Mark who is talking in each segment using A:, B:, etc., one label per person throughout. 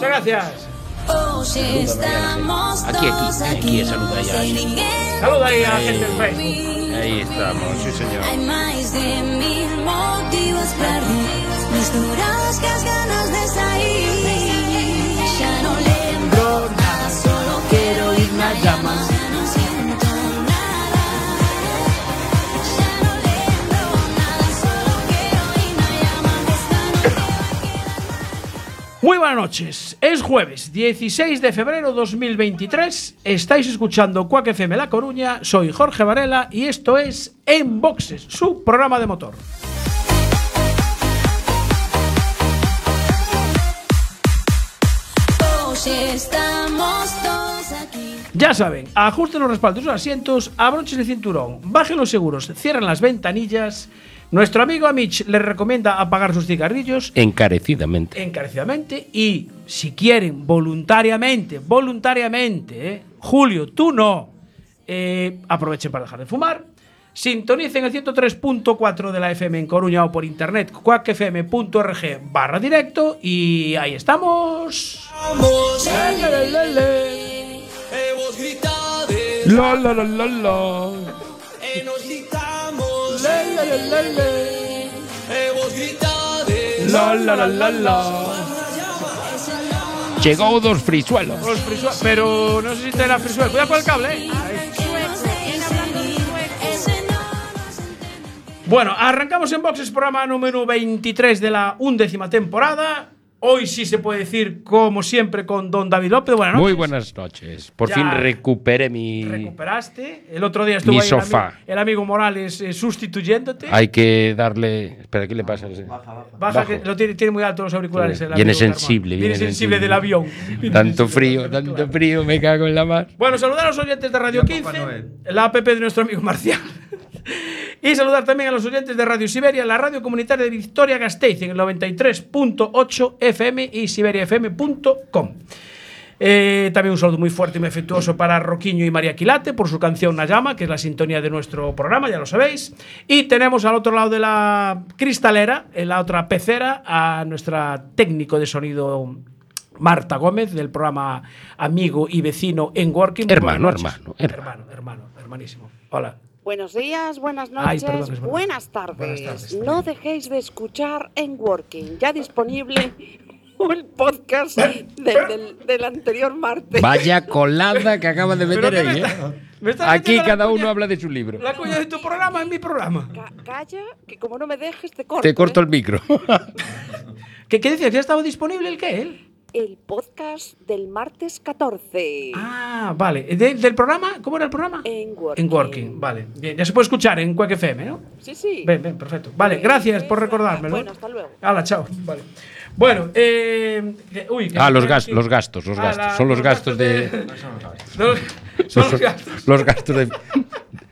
A: gracias.
B: estamos
C: Aquí, aquí, aquí, saluda ya.
A: Saluda ahí a la gente del Facebook.
C: Ahí estamos, sí señor.
B: Hay máis de mil motivos perdidos Misturados que as ganas de sair Xa non lembro nada Solo quero ir na llama Xa non siento nada Xa non lembro nada Solo quero ir na llama Esta noche
A: Muy buenas noches, es jueves 16 de febrero 2023, estáis escuchando Cuac FM La Coruña, soy Jorge Varela y esto es En Boxes, su programa de motor.
B: Hoxe estamos todos aquí
A: Ya saben, ajusten los respaldos de los asientos, abrochen el cinturón, bajen los seguros, cierren las ventanillas. Nuestro amigo Amich les recomienda apagar sus cigarrillos
C: Encarecidamente.
A: encarecidamente y si quieren voluntariamente, voluntariamente, ¿eh? Julio, tú no, eh, aprovechen para dejar de fumar. Sintonicen el 103.4 de la FM en Coruña o por internet cuacfm.org barra directo y ahí estamos. Le, le, le, le.
D: Hemos gritado,
C: La, la, la, la, la.
D: nos gritamos,
A: Le, le, le, le, le.
D: hemos gritado,
C: La, la, la, la, la. Llegó dos frisuelos.
A: Los frisua- Pero no sé si te la frisuela. Cuidado con el cable, ¿eh?
B: Ese non nos
A: Bueno, arrancamos en boxes, programa número 23 de la undécima temporada. Hoy sí se puede decir, como siempre, con don David López. Buenas noches.
C: Muy buenas noches. Por
A: Ya.
C: fin recuperé mi.
A: Recuperaste. El otro día estuvo
C: Mi
A: ahí el ami- El,
C: sofá.
A: amigo, Morales eh, sustituyéndote.
C: Hay que darle. Espera, ¿qué le pasa? No sé.
A: Baja,
C: bajo.
A: que lo tiene, tiene muy alto los auriculares.
C: Sí,
A: el
C: viene
A: amigo Carmona.
C: sensible,
A: Viene
C: viene
A: sensible
C: sensible.
A: del avión. Viene
C: Tanto
A: sensible
C: frío,
A: del avión,
C: tanto
A: claro.
C: frío, me cago en la mar.
A: Bueno, saludar a los oyentes de Radio 15, la app de nuestro amigo Marcial. y saludar también a los oyentes de Radio Siberia, la radio comunitaria de Victoria Gasteiz en el 93.8 FM y siberiafm.com. Eh, también un saludo muy fuerte y muy afectuoso para Roquiño y María Quilate por su canción La Llama, que es la sintonía de nuestro programa, ya lo sabéis. Y tenemos al otro lado de la cristalera, en la otra pecera, a nuestra técnico de sonido Marta Gómez del programa Amigo y Vecino en Working. Muy
C: Hermano,
A: buenas noches.
C: hermano, hermano.
A: hermano, hermano, hermanísimo. Hola.
E: Buenos días, buenas
A: Ay,
E: noches,
A: perdón, es verdad.
E: buenas, tardes.
A: Buenas tardes,
E: No dejéis de escuchar en Working, ya disponible el podcast de- del, del anterior martes.
C: Vaya colada que acaba de meter
A: Pero ¿qué
C: ahí,
A: me
C: ¿eh?
A: está- me estás
C: Aquí
A: metiendo la
C: cada
A: cuña-
C: uno habla de su libro.
A: La cuña de tu programa en mi programa.
E: Ca- calla, que como no me dejes te corto.
C: Te corto
E: ¿eh?
C: el micro.
A: ¿Qué, qué decías? ¿Ya estaba disponible el qué? él?
E: ¿eh? El podcast del martes 14
A: Ah, vale. ¿De- ¿Del programa? ¿Cómo era el programa?
E: en Working.
A: En Working, vale. Bien, ya se puede escuchar en Quack FM, ¿no?
E: Sí, sí. Pues,
A: Ven, ven, perfecto. Vale, gracias por recordármelo.
E: Bueno, hasta luego.
A: Hala, chao. Vale. Bueno, eh. que- Uy, que-
C: Ah, los, gas- los gastos, los
A: Ah,
C: gastos.
A: la-
C: Son los gastos de.
A: No, son los gastos.
C: Los gastos de.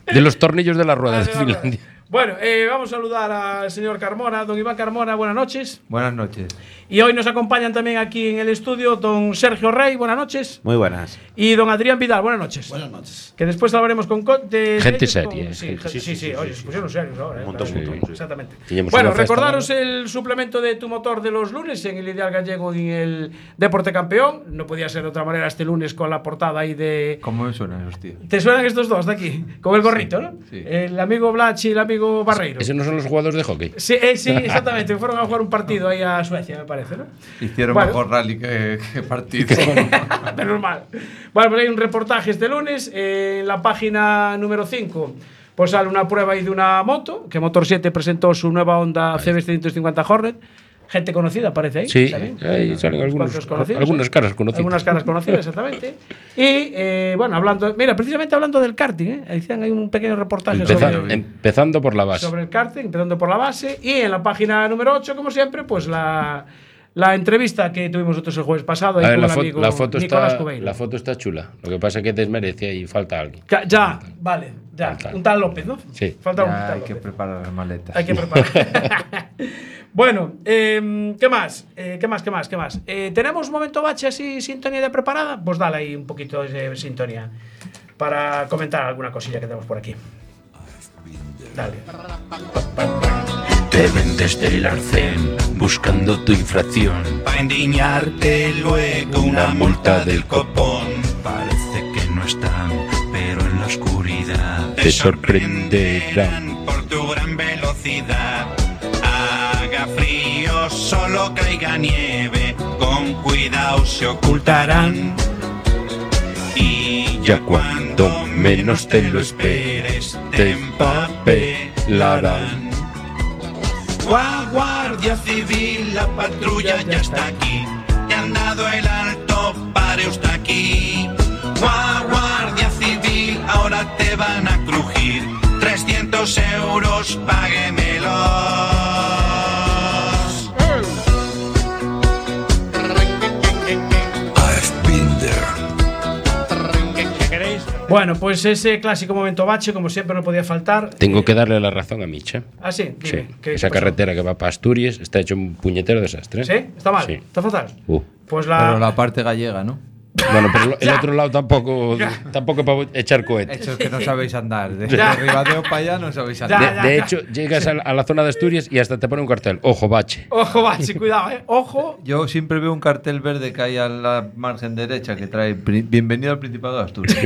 C: De los tornillos
A: Ah,
C: de las ruedas de
A: Vale, vale, vale.
C: Finlandia.
A: Bueno, eh, vamos a saludar al señor Carmona, don Iván Carmona, buenas noches.
F: Buenas noches.
A: Y hoy nos acompañan también aquí en el estudio don Sergio Rey, buenas noches.
F: Muy buenas.
A: Y don Adrián Vidal, buenas noches. Buenas noches. Que después hablaremos con. co- de- de
C: Gente
A: ellos con-
C: seria, eh,
A: sí,
C: gente-
A: gente- sí,
C: sí,
A: sí,
C: sí, sí,
A: oye,
C: sí,
A: se pusieron serios ahora. eh,
F: Montón,
A: la verdad.
F: montón, sí.
A: Exactamente.
C: Teníamos
A: Bueno,
C: una fiesta
A: recordaros el suplemento de tu motor de los lunes en el Ideal Gallego y en el Deporte Campeón. No podía ser de otra manera este lunes con la portada ahí de.
F: ¿Cómo me suenan esos tíos?
A: ¿Te suenan estos dos de aquí? Con el gorrito, ¿no?
F: sí.
A: El amigo Blach y el amigo Barreiro.
C: ¿Esos no son los jugadores de hockey?
A: Sí, eh, sí, exactamente. Fueron a jugar un partido ahí a Suecia, me parece, ¿no?
F: Hicieron
A: Bueno.
F: mejor rally que, que partido.
A: Menos mal. Bueno, pues hay un reportaje este lunes. eh, en la página número 5 pues sale una prueba ahí de una moto, que Motor 7 presentó su nueva Honda CB750 Hornet. Gente conocida, parece ahí.
C: Sí,
A: también.
C: ahí salen algunos,
A: Cuantos conocidos,
C: algunas
A: ¿eh?
C: caras conocidas.
A: Algunas caras conocidas, exactamente. Y, eh, bueno, hablando... Mira, precisamente hablando del karting, ¿eh? Hicieron ahí un pequeño reportaje
C: Empeza-
A: sobre...
C: empezando por la base.
A: sobre el karting, empezando por la base. Y en la página número 8, como siempre, pues la, la entrevista que tuvimos nosotros el jueves pasado ahí
C: A ver,
A: con
C: la,
A: el
C: fo-
A: amigo
C: la foto
A: Nicolás
C: está,
A: Cobeiro.
C: la foto está chula. Lo que pasa es que desmerece y falta alguien.
A: Ca- Ya, vale, ya.
C: Falta.
A: Un tal López, ¿no?
C: Sí.
A: Falta un
F: Ya
A: tal
F: hay que
A: López.
F: preparar las maletas.
A: Hay que preparar. bueno, eh, ¿qué más? Eh, ¿Qué más? ¿Qué más? ¿Qué más? Eh, ¿Tenemos un momento bache así, sintonía ya preparada? Pues dale ahí un poquito de sintonía para comentar alguna cosilla que tenemos por aquí. Dale.
B: Te vendes del arcén buscando tu infracción. Pa' endiñarte luego una multa del copón. Parece que no están, pero en la oscuridad te sorprenderán por tu gran velocidad. Haga frío, solo caiga nieve. Con cuidado se ocultarán. Y ya cuando menos te lo esperes, te empapelarán. Gua- Guardia Civil, la patrulla ya está aquí. Te han dado el alto, pare usted aquí. Gua- Guardia Civil, ahora te van a crujir. 300 euros, páguemelos. I've been there.
A: Bueno, pues ese clásico momento bache, como siempre, no podía faltar.
G: Tengo que darle la razón a Micha.
A: Ah, sí,
G: Sí.
A: dime, ¿qué-
G: Esa
A: qué pasó?
G: carretera que va para Asturias está hecho un puñetero desastre.
A: ¿Sí? ¿Está mal?
G: Sí.
A: ¿Está fatal?
G: Uh.
A: Pues
F: Pero
A: la.
F: la parte gallega, ¿no?
G: Bueno, pero el otro lado tampoco, tampoco para echar cohetes.
F: Hechos que no sabéis andar. De
A: Ya.
F: Ribadeo para allá no sabéis
G: De,
F: andar.
A: Ya, ya,
G: de
A: ya.
G: hecho, llegas a la, a la zona de Asturias y hasta te pone un cartel. Ojo, bache.
A: Ojo, bache, cuidado, ¿eh? Ojo.
F: Yo siempre veo un cartel verde que hay a la margen derecha que trae "Pri- Bienvenido al Principado de Asturias.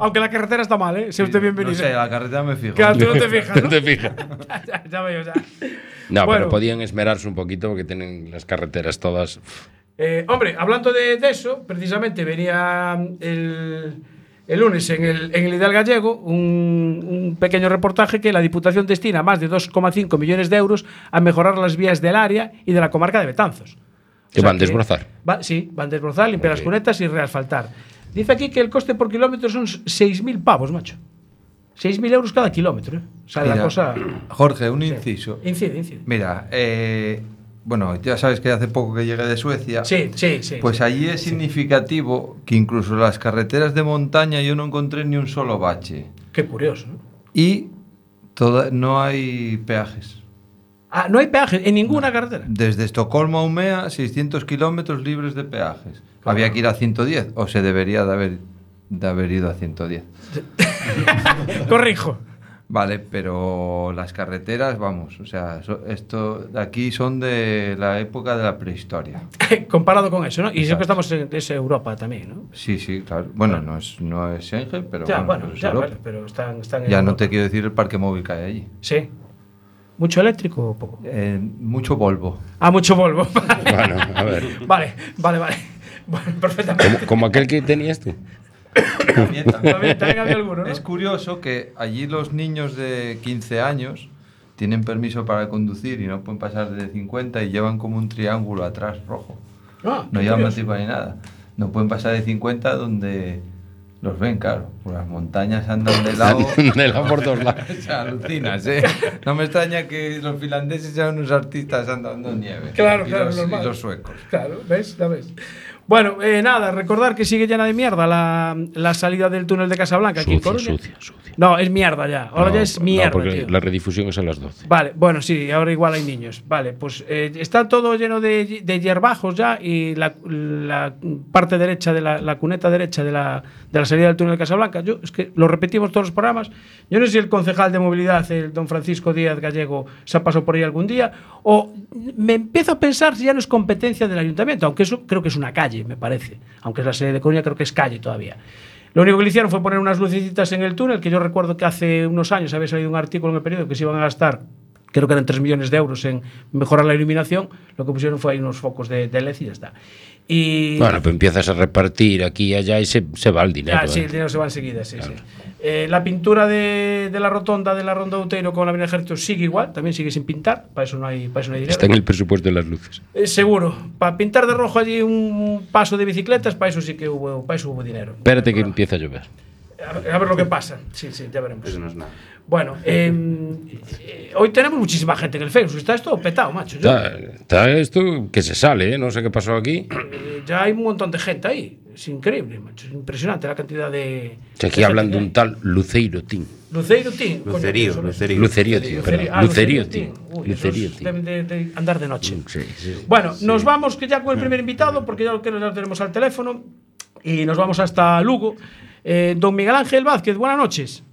A: Aunque la carretera está mal, ¿eh? Sea usted bienvenido.
F: No sé, a la carretera me fijo.
A: Claro, tú no te fijas. ¿no?
G: te fijas.
A: ya, ya veo, ya.
G: No,
A: Bueno.
G: pero podían esmerarse un poquito porque tienen las carreteras todas.
A: Eh, hombre, hablando de, de eso, precisamente venía el, el lunes en el, en el Ideal Gallego un, un pequeño reportaje que la Diputación destina más de 2,5 millones de euros a mejorar las vías del área y de la comarca de Betanzos. O
G: Que
A: sea
G: van a desbrozar.
A: va- sí, van a desbrozar, limpiar las
G: Ok.
A: cunetas y reasfaltar. Dice aquí que el coste por kilómetro son 6.000 pavos, macho. 6.000 euros cada kilómetro. ¿eh? O sea, la
F: Mira,
A: cosa...
F: Jorge, un inciso.
A: Incide, incide.
F: Mira, eh, bueno, ya sabes que hace poco que llegué de Suecia.
A: Sí, sí, sí.
F: Pues allí es significativo que incluso las carreteras de montaña yo no encontré ni un solo bache.
A: Qué curioso. ¿no?
F: Y toda- no hay peajes.
A: Ah, no hay peaje en ninguna carretera.
F: Desde Estocolmo a Umea, 600 kilómetros libres de peajes. Había que ir a 110, o se debería de haber, de haber ido a 110.
A: Corrijo.
F: Vale, pero las carreteras, vamos, o sea, so- esto de aquí son de la época de la prehistoria.
A: Comparado con eso, ¿no? Y eso que
F: Exacto.
A: estamos en es Europa también, ¿no?
F: Sí, sí, claro. Bueno, no es, no es Schengen, pero
A: ya,
F: bueno,
A: bueno,
F: es
A: ya,
F: Europa.
A: vale, pero están, están en
F: Ya no
A: Europa.
F: te quiero decir el parque móvil que hay allí.
A: Sí. ¿Mucho eléctrico o poco?
F: Eh, mucho Volvo.
A: Ah, mucho Volvo.
G: Bueno, a ver.
A: vale, vale, vale. Bueno, perfectamente.
G: Como, como aquel que tenías tú.
A: También, también había alguno, ¿no?
F: Es curioso que allí los niños de 15 años tienen permiso para conducir y no pueden pasar de 50 y llevan como un triángulo atrás rojo.
A: Ah,
F: No
A: qué
F: llevan
A: curioso.
F: matrícula ni nada. No pueden pasar de 50 donde los ven, claro. Por las montañas andan de lado.
G: De la por todos lados.
F: O sea, alucinas, ¿eh? No me extraña que los finlandeses sean unos artistas andando en nieve.
A: Claro,
F: Y
A: claro,
F: los-
A: normal.
F: Y los suecos.
A: Claro, ¿ves? Ya ves. Bueno, eh, nada, recordar que sigue llena de mierda la, la salida del túnel de Casablanca. aquí en
G: Sucia,
A: Coruña.
G: sucia, sucia.
A: No, es mierda ya. Ahora ya es
G: No,
A: mierda.
G: porque
A: tío.
G: la redifusión es a las 12.
A: Vale, bueno, sí, ahora igual hay niños. Vale, pues eh, está todo lleno de, de hierbajos ya y la, la parte derecha de la, la cuneta derecha de la, de la salida del túnel de Casablanca. Yo, es que lo repetimos todos los programas. Yo no sé si el concejal de movilidad, el don Francisco Díaz Gallego, se ha pasado por ahí algún día o me empiezo a pensar si ya no es competencia del ayuntamiento, aunque eso creo que es una calle, me parece. Aunque es la sede de Coruña, creo que es calle todavía. Lo único que le hicieron fue poner unas lucecitas en el túnel, que yo recuerdo que hace unos años había salido un artículo en el periódico que se iban a gastar, creo que eran 3 millones de euros en mejorar la iluminación, lo que pusieron fue ahí unos focos de, de LED y ya está. Y
G: Bueno, pues empiezas a repartir aquí y allá y se, se va el dinero.
A: Ah, sí,
G: ¿eh?
A: el dinero se va enseguida, sí, sí. Eh, la pintura de, de la rotonda de la Ronda de Outeiro con la Avenida Ejército sigue igual, también sigue sin pintar, para eso no hay, para eso no hay dinero.
G: Está en el presupuesto de las luces.
A: Eh, seguro, para pintar de rojo allí un paso de bicicletas, para eso sí que hubo, para eso hubo dinero.
G: Espérate que empieza a llover.
A: A ver, a ver lo que pasa. Sí, sí, ya veremos. Bueno, eh, eh, hoy tenemos muchísima gente en el Facebook. Está esto petado, macho. Yo,
G: Está, está esto que se sale, ¿eh? No sé qué pasó aquí.
A: eh, ya hay un montón de gente ahí. Es increíble, macho. Es impresionante la cantidad de.
G: O sea, Aquí hablan de un tal Luceiro Tin.
A: Luceiro Team.
H: Lucerío, lucerío.
G: Lucerio Tin, perdón.
A: ah,
G: Lucerio Tin. Lucerio Tin.
A: De, de andar de noche.
G: Sí, sí.
A: Bueno, nos vamos que ya con el primer invitado, porque ya lo que lo tenemos al teléfono. Y nos vamos hasta Lugo. Eh, don Miguel Ángel Vázquez, buenas noches.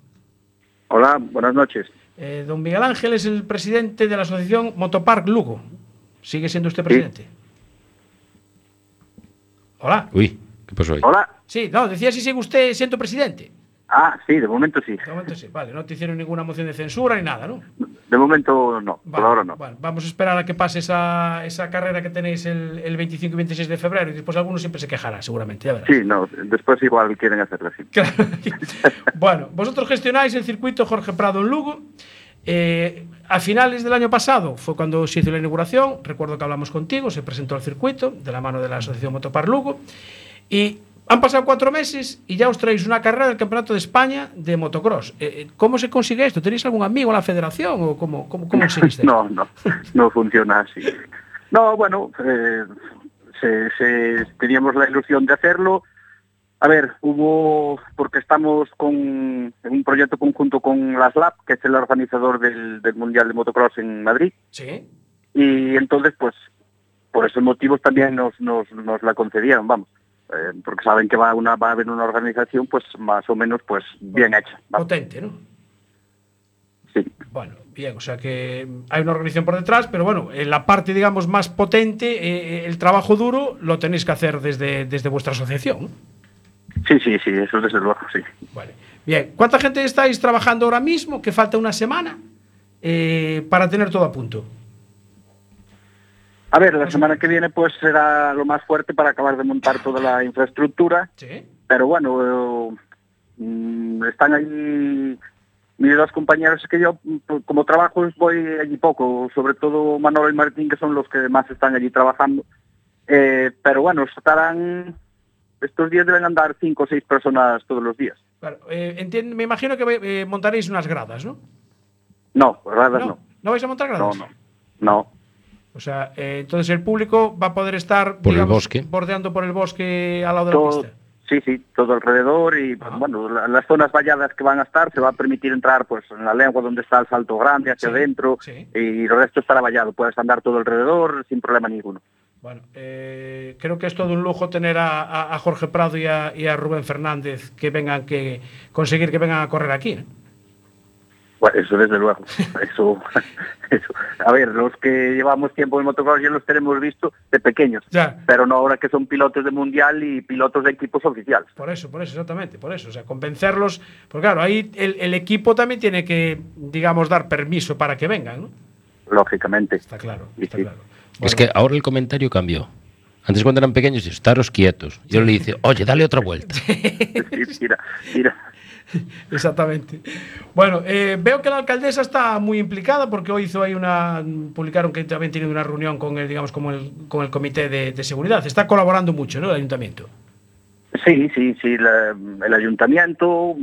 I: Hola, buenas noches.
A: Eh, don Miguel Ángel es el presidente de la Asociación Motopark Lugo. ¿Sigue siendo usted presidente? Hola.
G: Uy, ¿qué pasó ahí?
I: Hola.
A: Sí, no, decía si sigue usted siendo presidente.
I: Ah, sí, de momento sí.
A: De momento sí, vale, no te hicieron ninguna moción de censura ni nada, ¿no?
I: De momento no, por
A: Vale,
I: ahora no.
A: vale, vamos a esperar a que pase esa, esa carrera que tenéis el, el 25 y 26 de febrero y después alguno siempre se quejará, seguramente, ya verás.
I: Sí, no, después igual quieren hacerlo así.
A: Claro. bueno, vosotros gestionáis el circuito Jorge Prado en Lugo. Eh, a finales del año pasado fue cuando se hizo la inauguración. Recuerdo que hablamos contigo, se presentó el circuito de la mano de la Asociación Motopar Lugo. Y han pasado cuatro meses y ya os traéis una carrera del Campeonato de España de motocross. Eh, eh, ¿Cómo se consigue esto? ¿Tenéis algún amigo en la federación o cómo, cómo, cómo conseguiste?
I: No, no, no funciona así. No, bueno, eh, se- se- teníamos la ilusión de hacerlo. A ver, hubo, porque estamos con en un proyecto conjunto con la SLAP, que es el organizador del, del Mundial de Motocross en Madrid,
A: Sí.
I: y entonces, pues, por esos motivos también nos, nos, nos la concedieron, vamos. Eh, porque saben que va, una, va a haber una organización, pues, más o menos, pues, bien hecha. vamos.
A: Potente, ¿no?
I: Sí.
A: Bueno, bien, o sea que hay una organización por detrás, pero bueno, en la parte, digamos, más potente, eh, el trabajo duro lo tenéis que hacer desde, desde vuestra asociación.
I: sí, sí, sí, eso desde luego, sí.
A: Vale. Bien, ¿cuánta gente estáis trabajando ahora mismo? Que falta una semana eh, para tener todo a punto.
I: A ver, la semana que viene pues será lo más fuerte para acabar de montar toda la infraestructura,
A: Sí.
I: pero bueno, eh, mm, están ahí mis dos compañeros que yo mm, por- como trabajo voy allí poco, sobre todo Manolo y Martín que son los que más están allí trabajando, Eh, pero bueno, estarán, estos días deben andar cinco o seis personas todos los días.
A: Claro, eh, entien- me imagino que eh, montaréis unas gradas, ¿no?
I: No, raras no,
A: ¿No vais a montar
I: no,
A: gradas?
I: no, no.
A: O sea, eh, entonces el público va a poder estar
G: Por el bosque.
A: bordeando por el bosque al lado de la
I: Todo-
A: pista.
I: sí, sí, todo alrededor y pues,
A: Ah.
I: bueno, la- las zonas valladas que van a estar se va a permitir entrar pues en la lengua donde está el salto grande hacia
A: Sí,
I: adentro
A: sí.
I: y el resto estará vallado, puedes andar todo alrededor sin problema ninguno.
A: Bueno, eh, creo que es todo un lujo tener a, a- a Jorge Prado y a, y a Rubén Fernández que vengan, que conseguir que vengan a correr aquí. ¿no?
I: Bueno, eso desde luego, eso, eso. A ver, los que llevamos tiempo en motocross ya los tenemos visto de pequeños,
A: Ya.
I: pero no ahora que son pilotos de mundial y pilotos de equipos oficiales.
A: Por eso, por eso, exactamente, por eso. O sea, convencerlos. Porque claro, ahí el, el equipo también tiene que, digamos, dar permiso para que vengan, ¿no?
I: Lógicamente,
A: Está claro,
I: Sí,
A: está
I: sí.
A: claro.
G: Es
A: Bueno,
G: que ahora el comentario cambió. Antes cuando eran pequeños, dice, estaros quietos. Yo le dice, oye, dale otra vuelta.
I: Sí, mira, mira.
A: Exactamente. Bueno, eh, veo que la alcaldesa está muy implicada porque hoy hizo ahí una. Publicaron que también tiene una reunión con el, digamos, con el, con el comité de, de seguridad. Está colaborando mucho, ¿no? El ayuntamiento.
I: Sí, sí, sí, la- el ayuntamiento,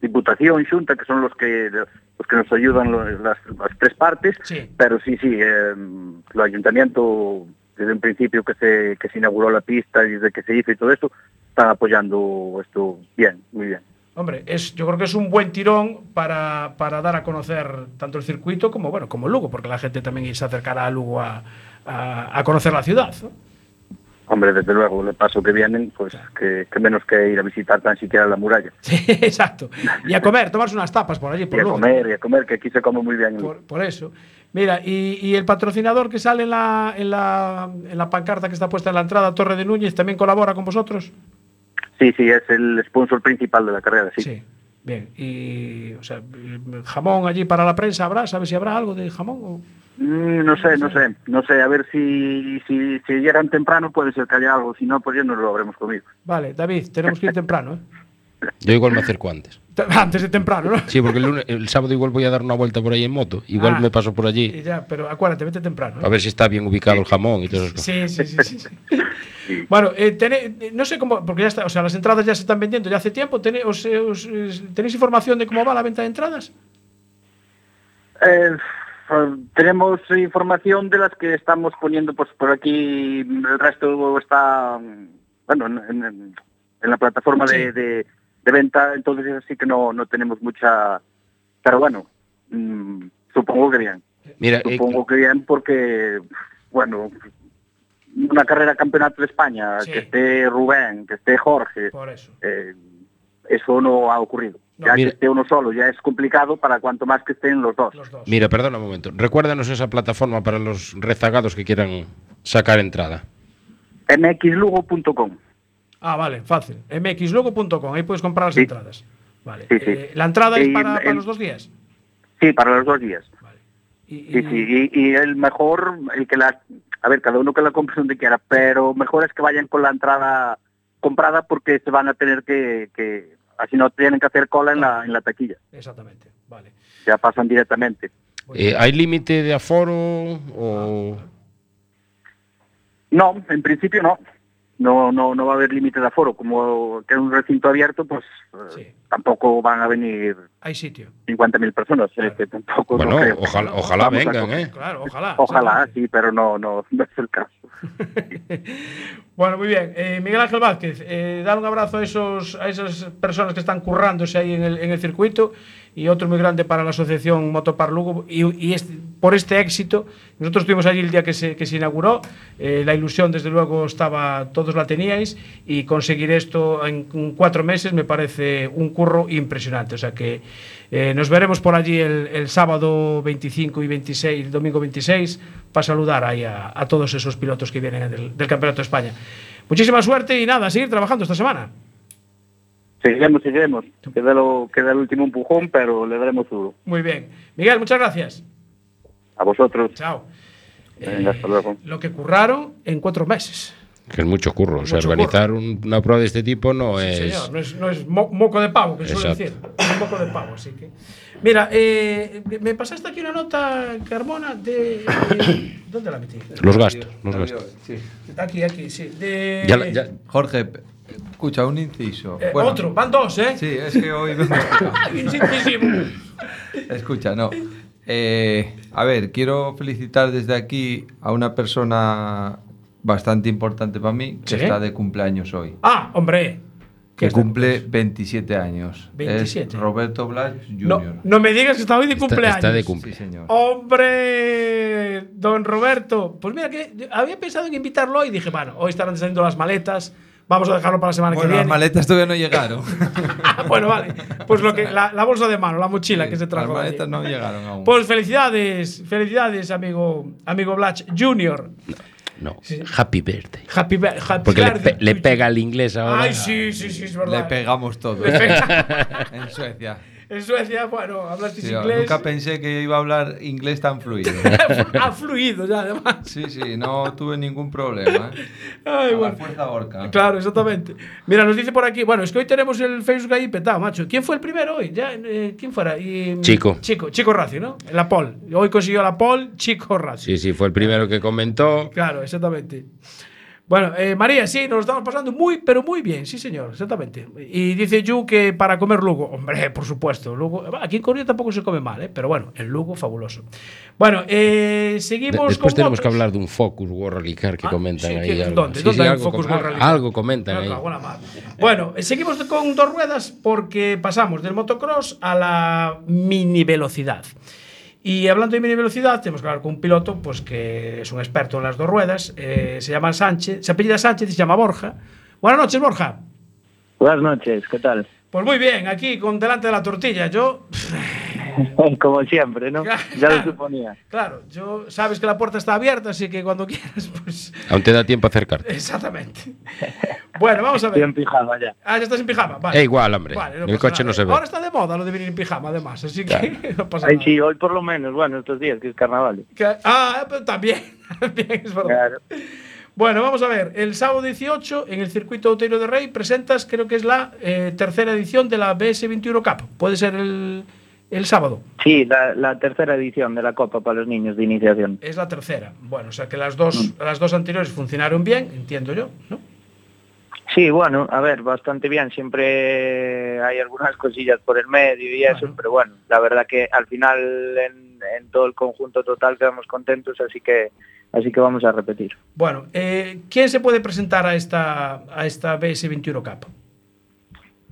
I: diputación, junta, que son los que los que nos ayudan lo- las, las tres partes,
A: Sí.
I: pero sí, sí, eh, el ayuntamiento desde un principio que se, que se inauguró la pista y desde que se hizo y todo esto, están apoyando esto bien, muy bien.
A: Hombre, es, yo creo que es un buen tirón para, para dar a conocer tanto el circuito como bueno como Lugo, porque la gente también se acercará a Lugo a, a- a conocer la ciudad. ¿no?
I: Hombre, desde luego, el paso que vienen, pues que, que menos que ir a visitar tan siquiera la muralla.
A: Sí, exacto. Y a comer, tomarse unas tapas por allí,
I: Y
A: por
I: a
A: Lugo.
I: comer, y a comer, que aquí se come muy bien.
A: Por, por eso. Mira, y, y el patrocinador que sale en la, en, la, en la pancarta que está puesta en la entrada, Torre de Núñez, también colabora con vosotros.
I: Sí, sí, es el sponsor principal de la carrera, sí.
A: Bien. Y, o sea, jamón allí para la prensa habrá, ¿sabes si habrá algo de jamón? o-
I: Mm, No sé, no sé, no sé, a ver si, si, si llegan temprano puede ser que haya algo, si no, pues ya no lo habremos comido.
A: Vale, David, tenemos que ir temprano. ¿eh?
G: Yo igual me acerco antes.
A: Te- Antes de temprano, ¿no?
G: Sí, porque el, lunes- el sábado igual voy a dar una vuelta por ahí en moto. Igual
A: Ah.
G: me paso por allí
A: Y ya, pero acuérdate, vete temprano. ¿eh?
G: a ver si está bien ubicado el jamón y todas esas cosas.
A: Sí, sí, sí. sí, sí. bueno, eh, tené- eh, no sé cómo, porque ya está, o sea, las entradas ya se están vendiendo ya hace tiempo. Tené- os, eh, os, eh, ¿Tenéis información de cómo va la venta de entradas?
I: Eh, f- tenemos información de las que estamos poniendo pues por aquí, el resto está, mm, bueno, en, en- en la plataforma
A: Sí.
I: de, de- de venta, entonces así que no, no tenemos mucha, pero bueno, mm, supongo que bien,
G: Mira, eh,
I: supongo que bien porque, bueno... Una carrera campeonato de España,
A: Sí.
I: que esté Rubén, que esté Jorge,
A: Por eso.
I: Eh, eso no ha ocurrido. Ya
G: Mira.
I: que esté uno solo, ya es complicado para cuanto más que estén los dos.
G: Mira, perdona un momento. Recuérdanos esa plataforma para los rezagados que quieran sacar entrada.
I: mxlugo.com.
A: Ah, vale, fácil. mxlogo.com, ahí puedes comprar las
I: Sí.
A: entradas. Vale.
I: Sí, sí.
A: Eh, la entrada es
I: Y
A: para,
I: en-
A: para
I: en-
A: los dos días.
I: Sí, para los dos días.
A: Y,
I: Sí, sí, y, y el mejor, el que la... A ver, cada uno que la compre donde quiera, pero mejor es que vayan con la entrada comprada porque se van a tener que... que así no tienen que hacer cola en la, en la taquilla.
A: Exactamente, vale.
I: Ya pasan directamente.
G: Eh, ¿Hay límite de aforo o...?
I: No, en principio no. No, no, no va a haber límite de aforo. Como que es un recinto abierto, pues eh, tampoco van a venir
A: Hay sitio.
I: 50.000 personas. Este,
A: Pues
I: tampoco no
G: Bueno,
I: creo.
G: ojalá, ojalá
I: Vamos a-
G: vengan, ¿eh?
A: Claro, ojalá.
I: Ojalá, sí, pero no, no, no es el caso.
A: Bueno, muy bien. Eh, Miguel Ángel Vázquez, eh, dar un abrazo a, esos, a esas personas que están currándose ahí en el, en el circuito y otro muy grande para la asociación Motopar Lugo y, y este- por este éxito. Nosotros estuvimos allí el día que se, que se inauguró, eh, la ilusión desde luego estaba, todos la teníais y conseguir esto en cuatro meses me parece un curro impresionante. O sea que eh, nos veremos por allí el, el sábado 25 y 26, el domingo 26, para saludar ahí a, a todos esos pilotos que vienen del, del Campeonato de España. Muchísima suerte y nada, a seguir trabajando esta semana.
I: Seguiremos, seguiremos. Queda, lo, queda el último empujón, pero le daremos duro.
A: Muy bien. Miguel, muchas gracias.
I: A vosotros.
A: Chao. Eh,
I: Venga, hasta luego.
A: Lo que curraron en cuatro meses.
G: Que es mucho curro. o sea,
A: Mucho
G: organizar un- una prueba de este tipo no es...
A: Señor, no es, no es mo- moco de pavo, que suele decir.
G: Exacto.
A: Es moco de pavo, así que. Mira, eh, me pasaste aquí una nota, Carmona, de. eh, ¿Dónde la metí?
G: Los gastos, los
F: La
G: gastos.
F: vio, sí.
A: Aquí, aquí, sí. De,
G: Ya la- ya-
F: Jorge, p- escucha, un inciso.
A: Eh,
F: Bueno,
A: Otro, van dos, ¿eh?
F: Sí, es que hoy vengo tocado.
A: Insistirísimo.
F: Escucha, no. Eh, a ver, quiero felicitar desde aquí a una persona bastante importante para mí que
A: ¿Sí?
F: está de cumpleaños hoy.
A: Ah, hombre.
F: Que
A: está de
F: cumple 27 años.
A: 27.
F: Es Roberto Blas Jr.
A: No, no Oh, me digas que está hoy de
G: Está-
A: cumpleaños.
G: está de
F: Sí,
G: cumple.
F: señor.
A: Hombre, don Roberto. Pues mira, que yo había pensado en invitarlo y dije, bueno, hoy estarán saliendo las maletas. Vamos a dejarlo para la semana
F: Bueno,
A: que
F: las
A: viene.
F: maletas todavía no llegaron.
A: Ah, bueno, vale. Pues lo que, la, la bolsa de mano, la mochila que se trajo.
F: Las
A: de allí.
F: maletas no llegaron aún.
A: Pues felicidades, felicidades, amigo, amigo Blatch Junior.
G: No, happy birthday.
A: Happy, be- happy
G: Porque le,
A: birthday.
G: pe- le pega al inglés ahora.
A: Ay, sí, sí, sí, es
F: Le
A: verdad.
F: pegamos todo.
A: Le pega.
F: en Suecia.
A: en Suecia, bueno, hablasteis
F: Sí, ah,
A: inglés.
F: nunca pensé que iba a hablar inglés tan fluido.
A: ha fluido ya, además.
F: Sí, sí, no tuve ningún problema. ¿eh? A
A: Ay,
F: la
A: bueno.
F: fuerza orca.
A: Claro, exactamente. Mira, nos dice por aquí, bueno, es que hoy tenemos el Facebook ahí petado, macho. ¿Quién fue el primero hoy? Ya, eh, ¿Quién fuera? Y, mm,
G: Chico.
A: Chico, Chico Raci, ¿no? La Pol. Hoy consiguió la Pol, Chico Raci.
G: Sí, sí, fue el primero que comentó.
A: Claro, exactamente. Bueno, eh, María, sí, nos lo estamos pasando muy, pero muy bien, sí, señor, exactamente. Y dice Yu que para comer Lugo, hombre, por supuesto, Lugo. Aquí en Coruña tampoco se come mal, ¿eh? pero bueno, el Lugo, fabuloso. Bueno, eh,
G: De-
A: seguimos
G: después
A: con
G: tenemos que
A: otros.
G: hablar de un Focus World Rally Car que
A: Ah,
G: comentan
A: sí,
G: ahí.
A: ¿qué-
G: algo.
A: ¿Dónde?
G: Sí,
A: ¿Dónde
G: sí,
A: hay un
G: algo,
A: Focus
G: com-
A: World Rally?
G: algo comentan
A: Me
G: ahí.
A: cago en la madre. Bueno, eh, seguimos con dos ruedas porque pasamos del motocross a la mini velocidad. Y hablando de mini velocidad, tenemos que hablar con un piloto pues, que es un experto en las dos ruedas. eh, se llama Sánchez, se apellida Sánchez y se llama Borja. Buenas noches, Borja.
I: Buenas noches, ¿qué tal?
A: Pues muy bien, aquí con delante de la tortilla. Yo,
I: Como siempre, ¿no?
A: Ya lo
I: suponía.
A: claro, yo sabes que la puerta está abierta, así que cuando quieras, pues.
G: Aún te da tiempo a
A: Eh,
G: acercarte.
A: Exactamente. Bueno, vamos a ver.
I: pijama ya.
A: Ah, ya estás en pijama. Vale.
G: Eh, igual, hombre.
A: Vale,
G: el
A: pasa
G: coche
A: nada.
G: no se ve.
A: Ahora está de moda lo de venir en pijama, además, así que no pasa nada.
I: hoy por lo menos, bueno, estos días que es carnaval.
A: Que- ah, pero también, también es verdad. Bueno, vamos a ver. El sábado 18, en el circuito Outeiro de Rey, presentas, creo que es la eh, tercera edición de la BS21 Cup. Puede ser el, el sábado.
I: Sí, la, la tercera edición de la Copa para los niños de iniciación.
A: Es la tercera. Bueno, o sea que las dos, las dos anteriores funcionaron bien, entiendo yo, ¿no?
I: Sí, bueno, a ver, bastante bien. Siempre hay algunas cosillas por el medio y eso,
A: Bueno.
I: pero bueno, la verdad que al final en, en todo el conjunto total quedamos contentos, así que así que vamos a repetir.
A: Bueno, eh, ¿quién se puede presentar a esta, a esta BS21 Cup?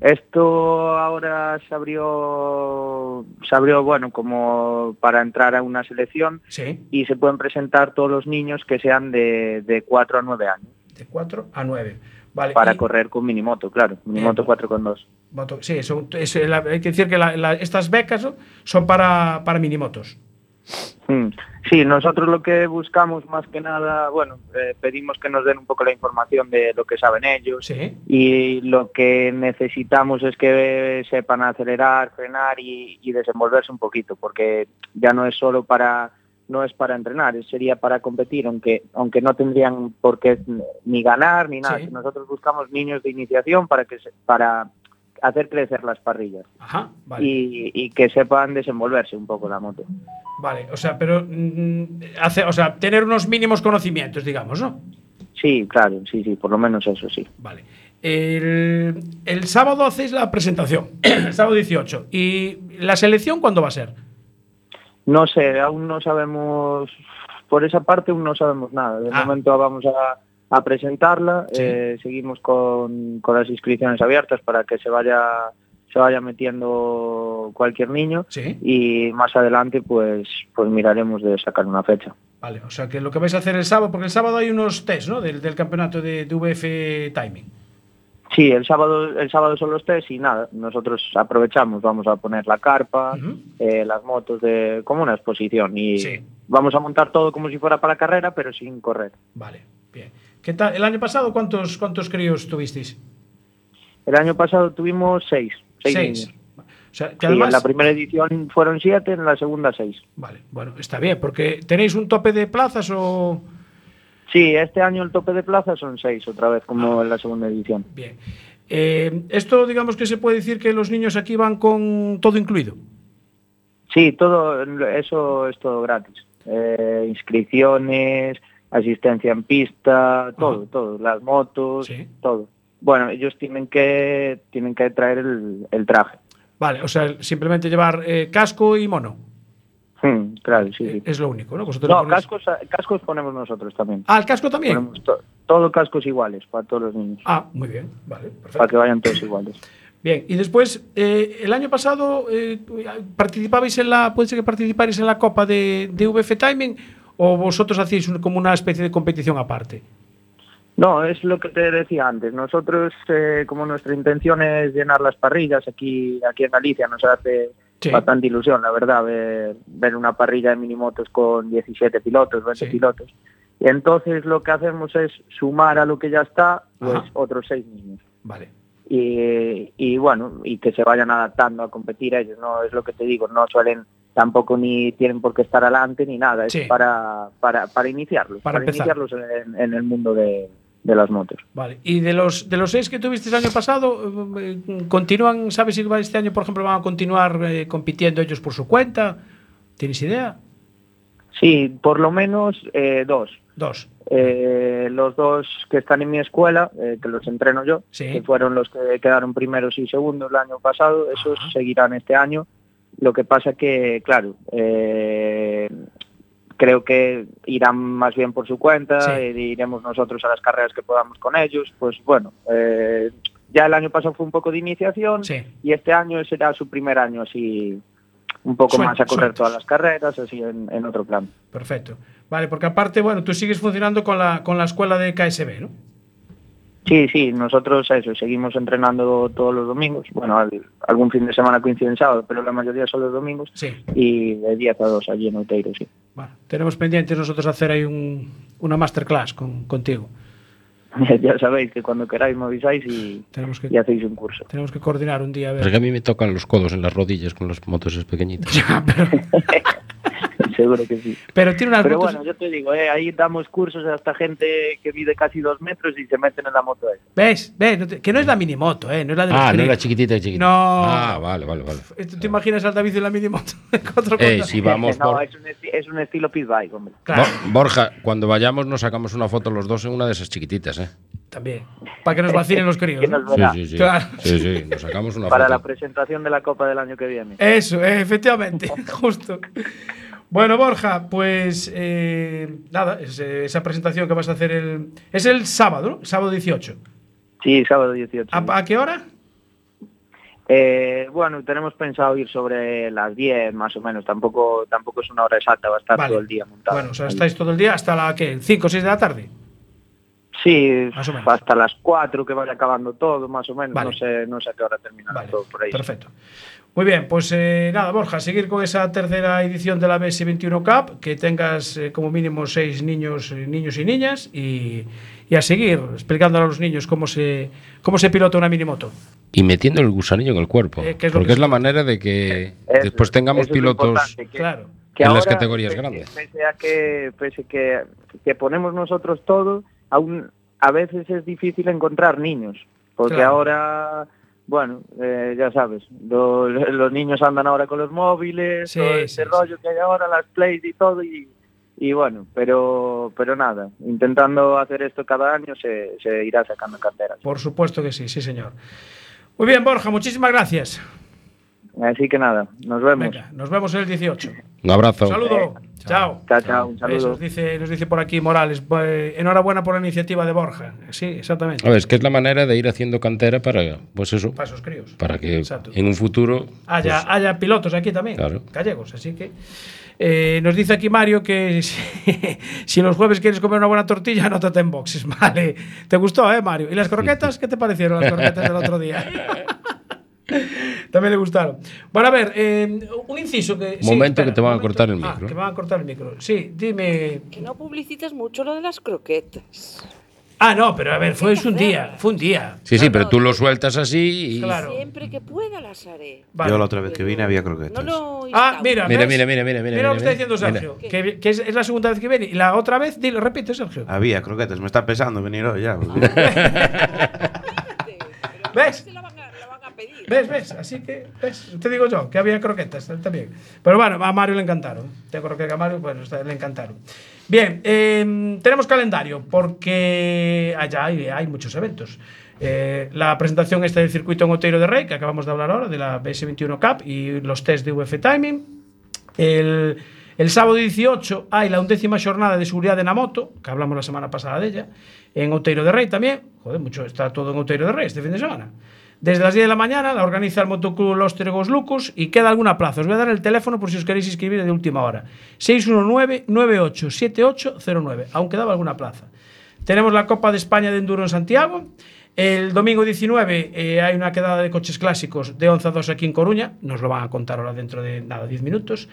I: Esto ahora se abrió, se abrió, bueno, como para entrar a una selección
A: Sí,
I: y se pueden presentar todos los niños que sean de, de 4 a 9 años,
A: de 4 a 9. Vale,
I: para
A: y-
I: correr con minimoto, claro, minimoto 4 con 2.
A: Moto- sí, son- es eh, la- hay que decir que la- la- estas becas ¿no? son para, para minimotos.
J: Mm, Sí, nosotros lo que buscamos más que nada, bueno, eh, pedimos que nos den un poco la información de lo que saben ellos
A: Sí.
J: y lo que necesitamos es que sepan acelerar, frenar y, y desenvolverse un poquito, porque ya no es solo para no es para entrenar, es- sería para competir, aunque aunque no tendrían por qué ni ganar ni nada.
A: Sí.
J: Nosotros buscamos niños de iniciación para que se- para hacer crecer las parrillas
A: Ajá, vale.
J: y, y que sepan desenvolverse un poco la moto.
A: Vale, o sea, pero mm, hace, o sea, tener unos mínimos conocimientos, digamos, ¿no?
J: Sí, claro, sí, sí, por lo menos eso sí.
A: Vale. El, el sábado hacéis la presentación, el sábado 18. ¿Y la selección cuándo va a ser?
J: No sé, aún no sabemos, por esa parte aún no sabemos nada. De
A: Ah.
J: momento vamos a, a presentarla,
A: Sí.
J: eh, seguimos con, con las inscripciones abiertas para que se vaya, se vaya metiendo cualquier niño
A: Sí.
J: y más adelante pues, pues miraremos de sacar una fecha.
A: Vale, o sea, que lo que vais a hacer el sábado, porque el sábado hay unos test, ¿no? Del, del campeonato de, de VF Timing.
J: Sí, el sábado, el sábado son los test y nada, nosotros aprovechamos, vamos a poner la carpa,
A: Ujú.
J: eh, las motos de, como una exposición y
A: Sí.
J: vamos a montar todo como si fuera para carrera pero sin correr.
A: Vale, bien. ¿Qué tal? ¿El año pasado cuántos, cuántos críos tuvisteis?
J: El año pasado tuvimos seis. Seis. niños.
A: O sea, que
J: Sí,
A: además...
J: en la primera edición fueron siete, en la segunda seis.
A: Vale, bueno, está bien, porque tenéis un tope de plazas o...
J: Sí, este año el tope de plaza son seis otra vez,
A: Ah.
J: como en la segunda edición.
A: Bien. Eh, esto, digamos que se puede decir que los niños aquí van con todo incluido.
J: Sí, todo eso es todo gratis. Eh, inscripciones, asistencia en pista, todo, todo, las motos,
A: Sí.
J: todo. Bueno, ellos tienen que tienen que traer el, el traje.
A: Vale, o sea, simplemente llevar eh, casco y mono. Eh,
J: Hmm, claro, sí, sí.
A: Es lo único, ¿no? Vosotros
J: No,
A: ponéis-
J: cascos, cascos ponemos nosotros también.
A: Ah, el casco también.
J: Ponemos to- todos cascos iguales para todos los niños,
A: Ah, muy bien, vale,
J: para
A: perfecto.
J: que vayan todos iguales.
A: Bien, y después, eh, el año pasado eh, participabais en la, puede ser que participáis en la Copa de, de VF Timing o vosotros hacéis un- como una especie de competición aparte.
J: No, es lo que te decía antes. Nosotros, eh, como nuestra intención es llenar las parrillas aquí, aquí en Galicia, nos hace
A: Sí.
J: bastante ilusión, la verdad, ver, ver una parrilla de minimotos con 17 pilotos, 20
A: Sí.
J: pilotos. Y entonces lo que hacemos es sumar a lo que ya está, pues
A: Ajá.
J: otros seis niños.
A: Vale.
J: Y, y bueno, y que se vayan adaptando a competir ellos, ¿no? Es lo que te digo, no suelen tampoco ni tienen por qué estar adelante ni nada, es
A: Sí.
J: para, para, para iniciarlos,
A: Para
J: para,
A: empezar.
J: iniciarlos en, en el mundo de- de las motos.
A: Vale, y de los de los seis que tuviste el año pasado, eh, continúan, ¿sabes si va este año, por ejemplo, van a continuar eh, compitiendo ellos por su cuenta? ¿Tienes idea?
J: Sí, por lo menos eh, dos.
A: Dos.
J: Eh, los dos que están en mi escuela, eh, que los entreno yo,
A: Sí.
J: que fueron los que quedaron primeros y segundos el año pasado, esos
A: Ajá.
J: seguirán este año. Lo que pasa que, claro, eh, creo que irán más bien por su cuenta,
A: Sí.
J: e iremos nosotros a las carreras que podamos con ellos. Pues bueno, eh, ya el año pasado fue un poco de iniciación
A: Sí.
J: y este año será su primer año así, un poco
A: Suel-
J: más a correr
A: sueltos.
J: todas las carreras, así en- en otro plan.
A: Perfecto. Vale, porque aparte, bueno, tú sigues funcionando con la, con la escuela de KSB, ¿no?
J: Sí, sí, nosotros eso, seguimos entrenando todos los domingos. Bueno, al- algún fin de semana coinciden sábado, pero la mayoría son los domingos.
A: Sí.
J: Y de 10 a 2 allí en Outeiro, sí.
A: Bueno, tenemos pendientes nosotros hacer ahí un, una masterclass con, contigo.
J: ya sabéis que cuando queráis me avisáis y,
A: Tenemos que,
J: y hacéis un curso.
A: tenemos que coordinar un día. A ver.
G: Pero es que a mí me tocan los codos en las rodillas con las motos esas pequeñitas.
A: Ya, pero,
J: Seguro que sí.
A: pero tiene unas
J: Pero
A: motos-
J: bueno, yo te digo, eh, ahí damos cursos a esta gente que mide casi dos metros y se meten en la moto. esa.
A: ¿Ves? ¿Ves? No te- que no es la minimoto, ¿eh? No es la de los
G: Ah, no
A: críos.
G: era chiquitita, chiquitita.
A: No.
G: Ah, vale, vale, vale.
A: ¿Tú te imaginas al David en la minimoto? Cuatro
G: Eh,
A: contra-
G: si vamos
J: no,
G: por...
J: es, un esti- es un estilo pit bike, hombre.
A: Claro,
G: Bo- Borja, cuando vayamos nos sacamos una foto los dos en una de esas chiquititas, ¿eh?
A: también. Para que nos vacilen los críos.
J: ¿Quién
A: ¿no?
J: nos verá?
G: Sí, sí, sí.
A: Claro.
G: Sí, sí, nos sacamos una
J: Para
G: foto.
J: la presentación de la Copa del año que viene.
A: Eso, eh, efectivamente, justo. Bueno, Borja, pues eh, nada, es, eh, esa presentación que vas a hacer el. Es el sábado, ¿no? Sábado 18.
J: Sí, sábado 18.
A: ¿A, a qué hora?
J: Eh, bueno, tenemos pensado ir sobre las 10 más o menos, tampoco tampoco es una hora exacta, va a estar
A: Vale.
J: todo el día montado.
A: Bueno, o sea, estáis todo el día hasta la que 5 o 6 de la tarde.
J: Sí,
A: Más o menos.
J: hasta las 4 que vaya acabando todo, más o menos.
A: Vale.
J: No, sé, no sé a qué hora terminará todo por ahí.
A: Perfecto. Muy bien, pues eh, nada, Borja, seguir con esa tercera edición de la BS21 Cup, que tengas eh, como mínimo seis niños, eh, niños y niñas, y, y a seguir explicándole a los niños cómo se, cómo se pilota una minimoto.
G: Y metiendo el gusanillo en el cuerpo.
A: Eh, que es lo
G: porque
A: que
G: es la manera de que
J: Eh, Eso,
G: después tengamos
J: eso es lo
G: pilotos
J: importante, que-
A: Claro.
J: que
G: en las
J: ahora,
G: categorías
J: pese-
G: grandes.
J: Pese a que, pese que, que ponemos nosotros todo, aún a veces es difícil encontrar niños, porque
A: Claro.
J: ahora, bueno, eh, ya sabes, lo- los niños andan ahora con los móviles,
A: Sí,
J: todo ese
A: sí,
J: rollo que hay ahora, las plays y todo, y, y bueno, pero, pero nada, intentando hacer esto cada año se, se irá sacando carteras.
A: Por supuesto que sí, sí, señor. Muy bien, Borja, muchísimas gracias.
J: Así que nada, nos vemos.
A: Venga, nos vemos el 18.
G: Un abrazo.
A: Saludo. Chao.
J: Chao, chao, un
A: Eso,
J: saludo.
A: Nos dice, nos dice por aquí Morales, eh, enhorabuena por la iniciativa de Borja. Sí, exactamente.
G: A ver, es que es la manera de ir haciendo cantera para, pues eso,
A: Para esos críos.
G: para que
A: Exacto. Ah,
G: en un futuro
A: haya,
G: pues,
A: haya pilotos aquí también,
G: Claro.
A: gallegos. Así que eh, nos dice aquí Mario que si, si los jueves quieres comer una buena tortilla, anótate en boxes. Vale, te gustó, ¿eh, Mario? ¿Y las croquetas? ¿Qué te parecieron las croquetas del otro día? también le gustaron. Bueno, a ver, eh, un inciso que. sí,
G: Momento que te van a
A: momento.
G: cortar el
A: Ah,
G: micro. ¿eh?
A: que van a cortar el micro. Sí, dime.
E: Que no publicites mucho lo de las croquetas.
A: Ah, no, pero a ver, fue un día, fue un día.
G: Sí, sí, pero tú lo sueltas así y
A: Claro.
E: Siempre que pueda las haré.
A: Vale.
K: Yo la otra vez que vine había croquetas.
E: No lo
A: Ah, mira,
G: Mira,
A: ¿ves?
G: mira, mira, mira, mira,
A: Mira lo que está
G: mira,
A: diciendo
G: mira.
A: Sergio, que, que es, es la segunda vez que viene. Y la otra vez, dilo, repite, Sergio.
K: Había croquetas, me está pesando venir hoy ya.
E: Ah.
A: ¿Ves?
E: la van a, la van a pedir.
A: ¿Ves? ¿Ves? Así que, ¿ves? Te digo yo, que había croquetas también. Pero bueno, a Mario le encantaron. Te creo que a Mario, bueno, está- le encantaron. Bien, eh, tenemos calendario, porque allá hay, hay muchos eventos. Eh, la presentación está del circuito en Oteiro de Rey, que acabamos de hablar ahora, de la BS21 Cup y los test de UF Timing. El, el sábado 18 hay la undécima jornada de seguridad de Namoto, que hablamos la semana pasada de ella, en Outeiro de Rey también. Joder, mucho está todo en Outeiro de Rey este fin de semana. Desde las 10 de la mañana la organiza el Motoclub Los Tergos Lucos y queda alguna plaza. Os voy a dar el teléfono por si os queréis inscribir de última hora. 619-987809. Aún quedaba alguna plaza. Tenemos la Copa de España de Enduro en Santiago. El domingo 19 eh, hay una quedada de coches clásicos de 11 a 2 aquí en Coruña. Nos lo van a contar ahora dentro de nada, 10 minutos.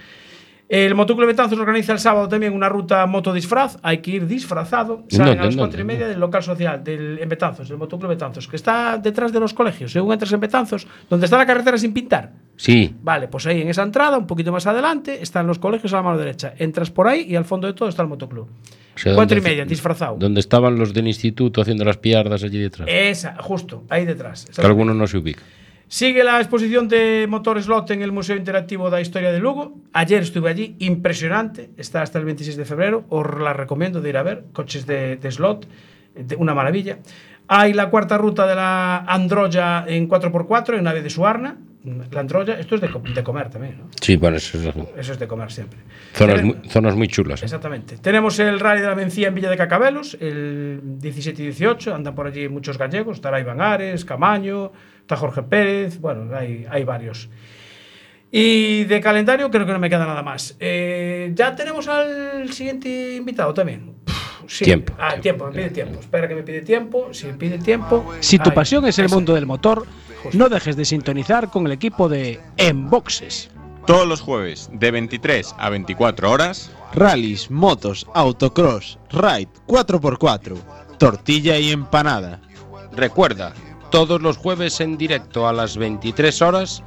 A: El Motoclub Betanzos organiza el sábado también una ruta moto disfraz. Hay que ir disfrazado. Salen
G: ¿Dónde,
A: a las
G: dónde,
A: 4 y media del local social del, en Betanzos, del Motoclub Betanzos, que está detrás de los colegios. Según entras en Betanzos, donde está la carretera sin pintar.
G: sí,
A: Vale, pues ahí en esa entrada, un poquito más adelante, están los colegios a la mano derecha. Entras por ahí y al fondo de todo está el
G: O
A: Motoclub.
G: sea,
A: 4 y
G: donde-
A: media, disfrazado.
G: donde estaban los del instituto haciendo las piardas allí detrás.
A: Esa, justo, ahí detrás.
G: que algunos no se ubican.
A: Sigue la exposición de motores Lot en el Museo Interactivo da Historia de Lugo. Ayer estuve allí, impresionante. Está hasta el 26 de febrero. Os la recomiendo de ir a ver. Coches de, de slot, de- una maravilla. Hay la cuarta ruta de la Androya en 4x4 en Nave de Suarna. La Androya, esto es de, co- de comer también, ¿no?
G: Sí, bueno, eso es así.
A: Eso es de comer siempre. Eh,
G: zonas,
A: Tenemos-
G: muy, zonas muy chulas.
L: Pues
G: ¿eh?
A: Exactamente. Tenemos el Rally de la Mencía en Villa de Cacabelos, el 17 y 18. Andan por allí muchos gallegos. Estará Iván Ares, Camaño, está Jorge Pérez. Bueno, hay, hay varios. Y de calendario creo que no me queda nada más. Eh, ya tenemos al siguiente invitado también. Pff, sí.
G: Tiempo.
A: Ah, tiempo, me pide tiempo. Espera que me pide tiempo. Si me pide tiempo.
L: Si tu
A: Ahí.
L: pasión es el mundo del motor, no dejes de sintonizar con el equipo de En Boxes.
M: Todos los jueves, de 23 a 24 horas,
K: Rallys, motos, autocross, ride, 4x4, tortilla y empanada.
G: Recuerda, todos los jueves en directo a las 23 horas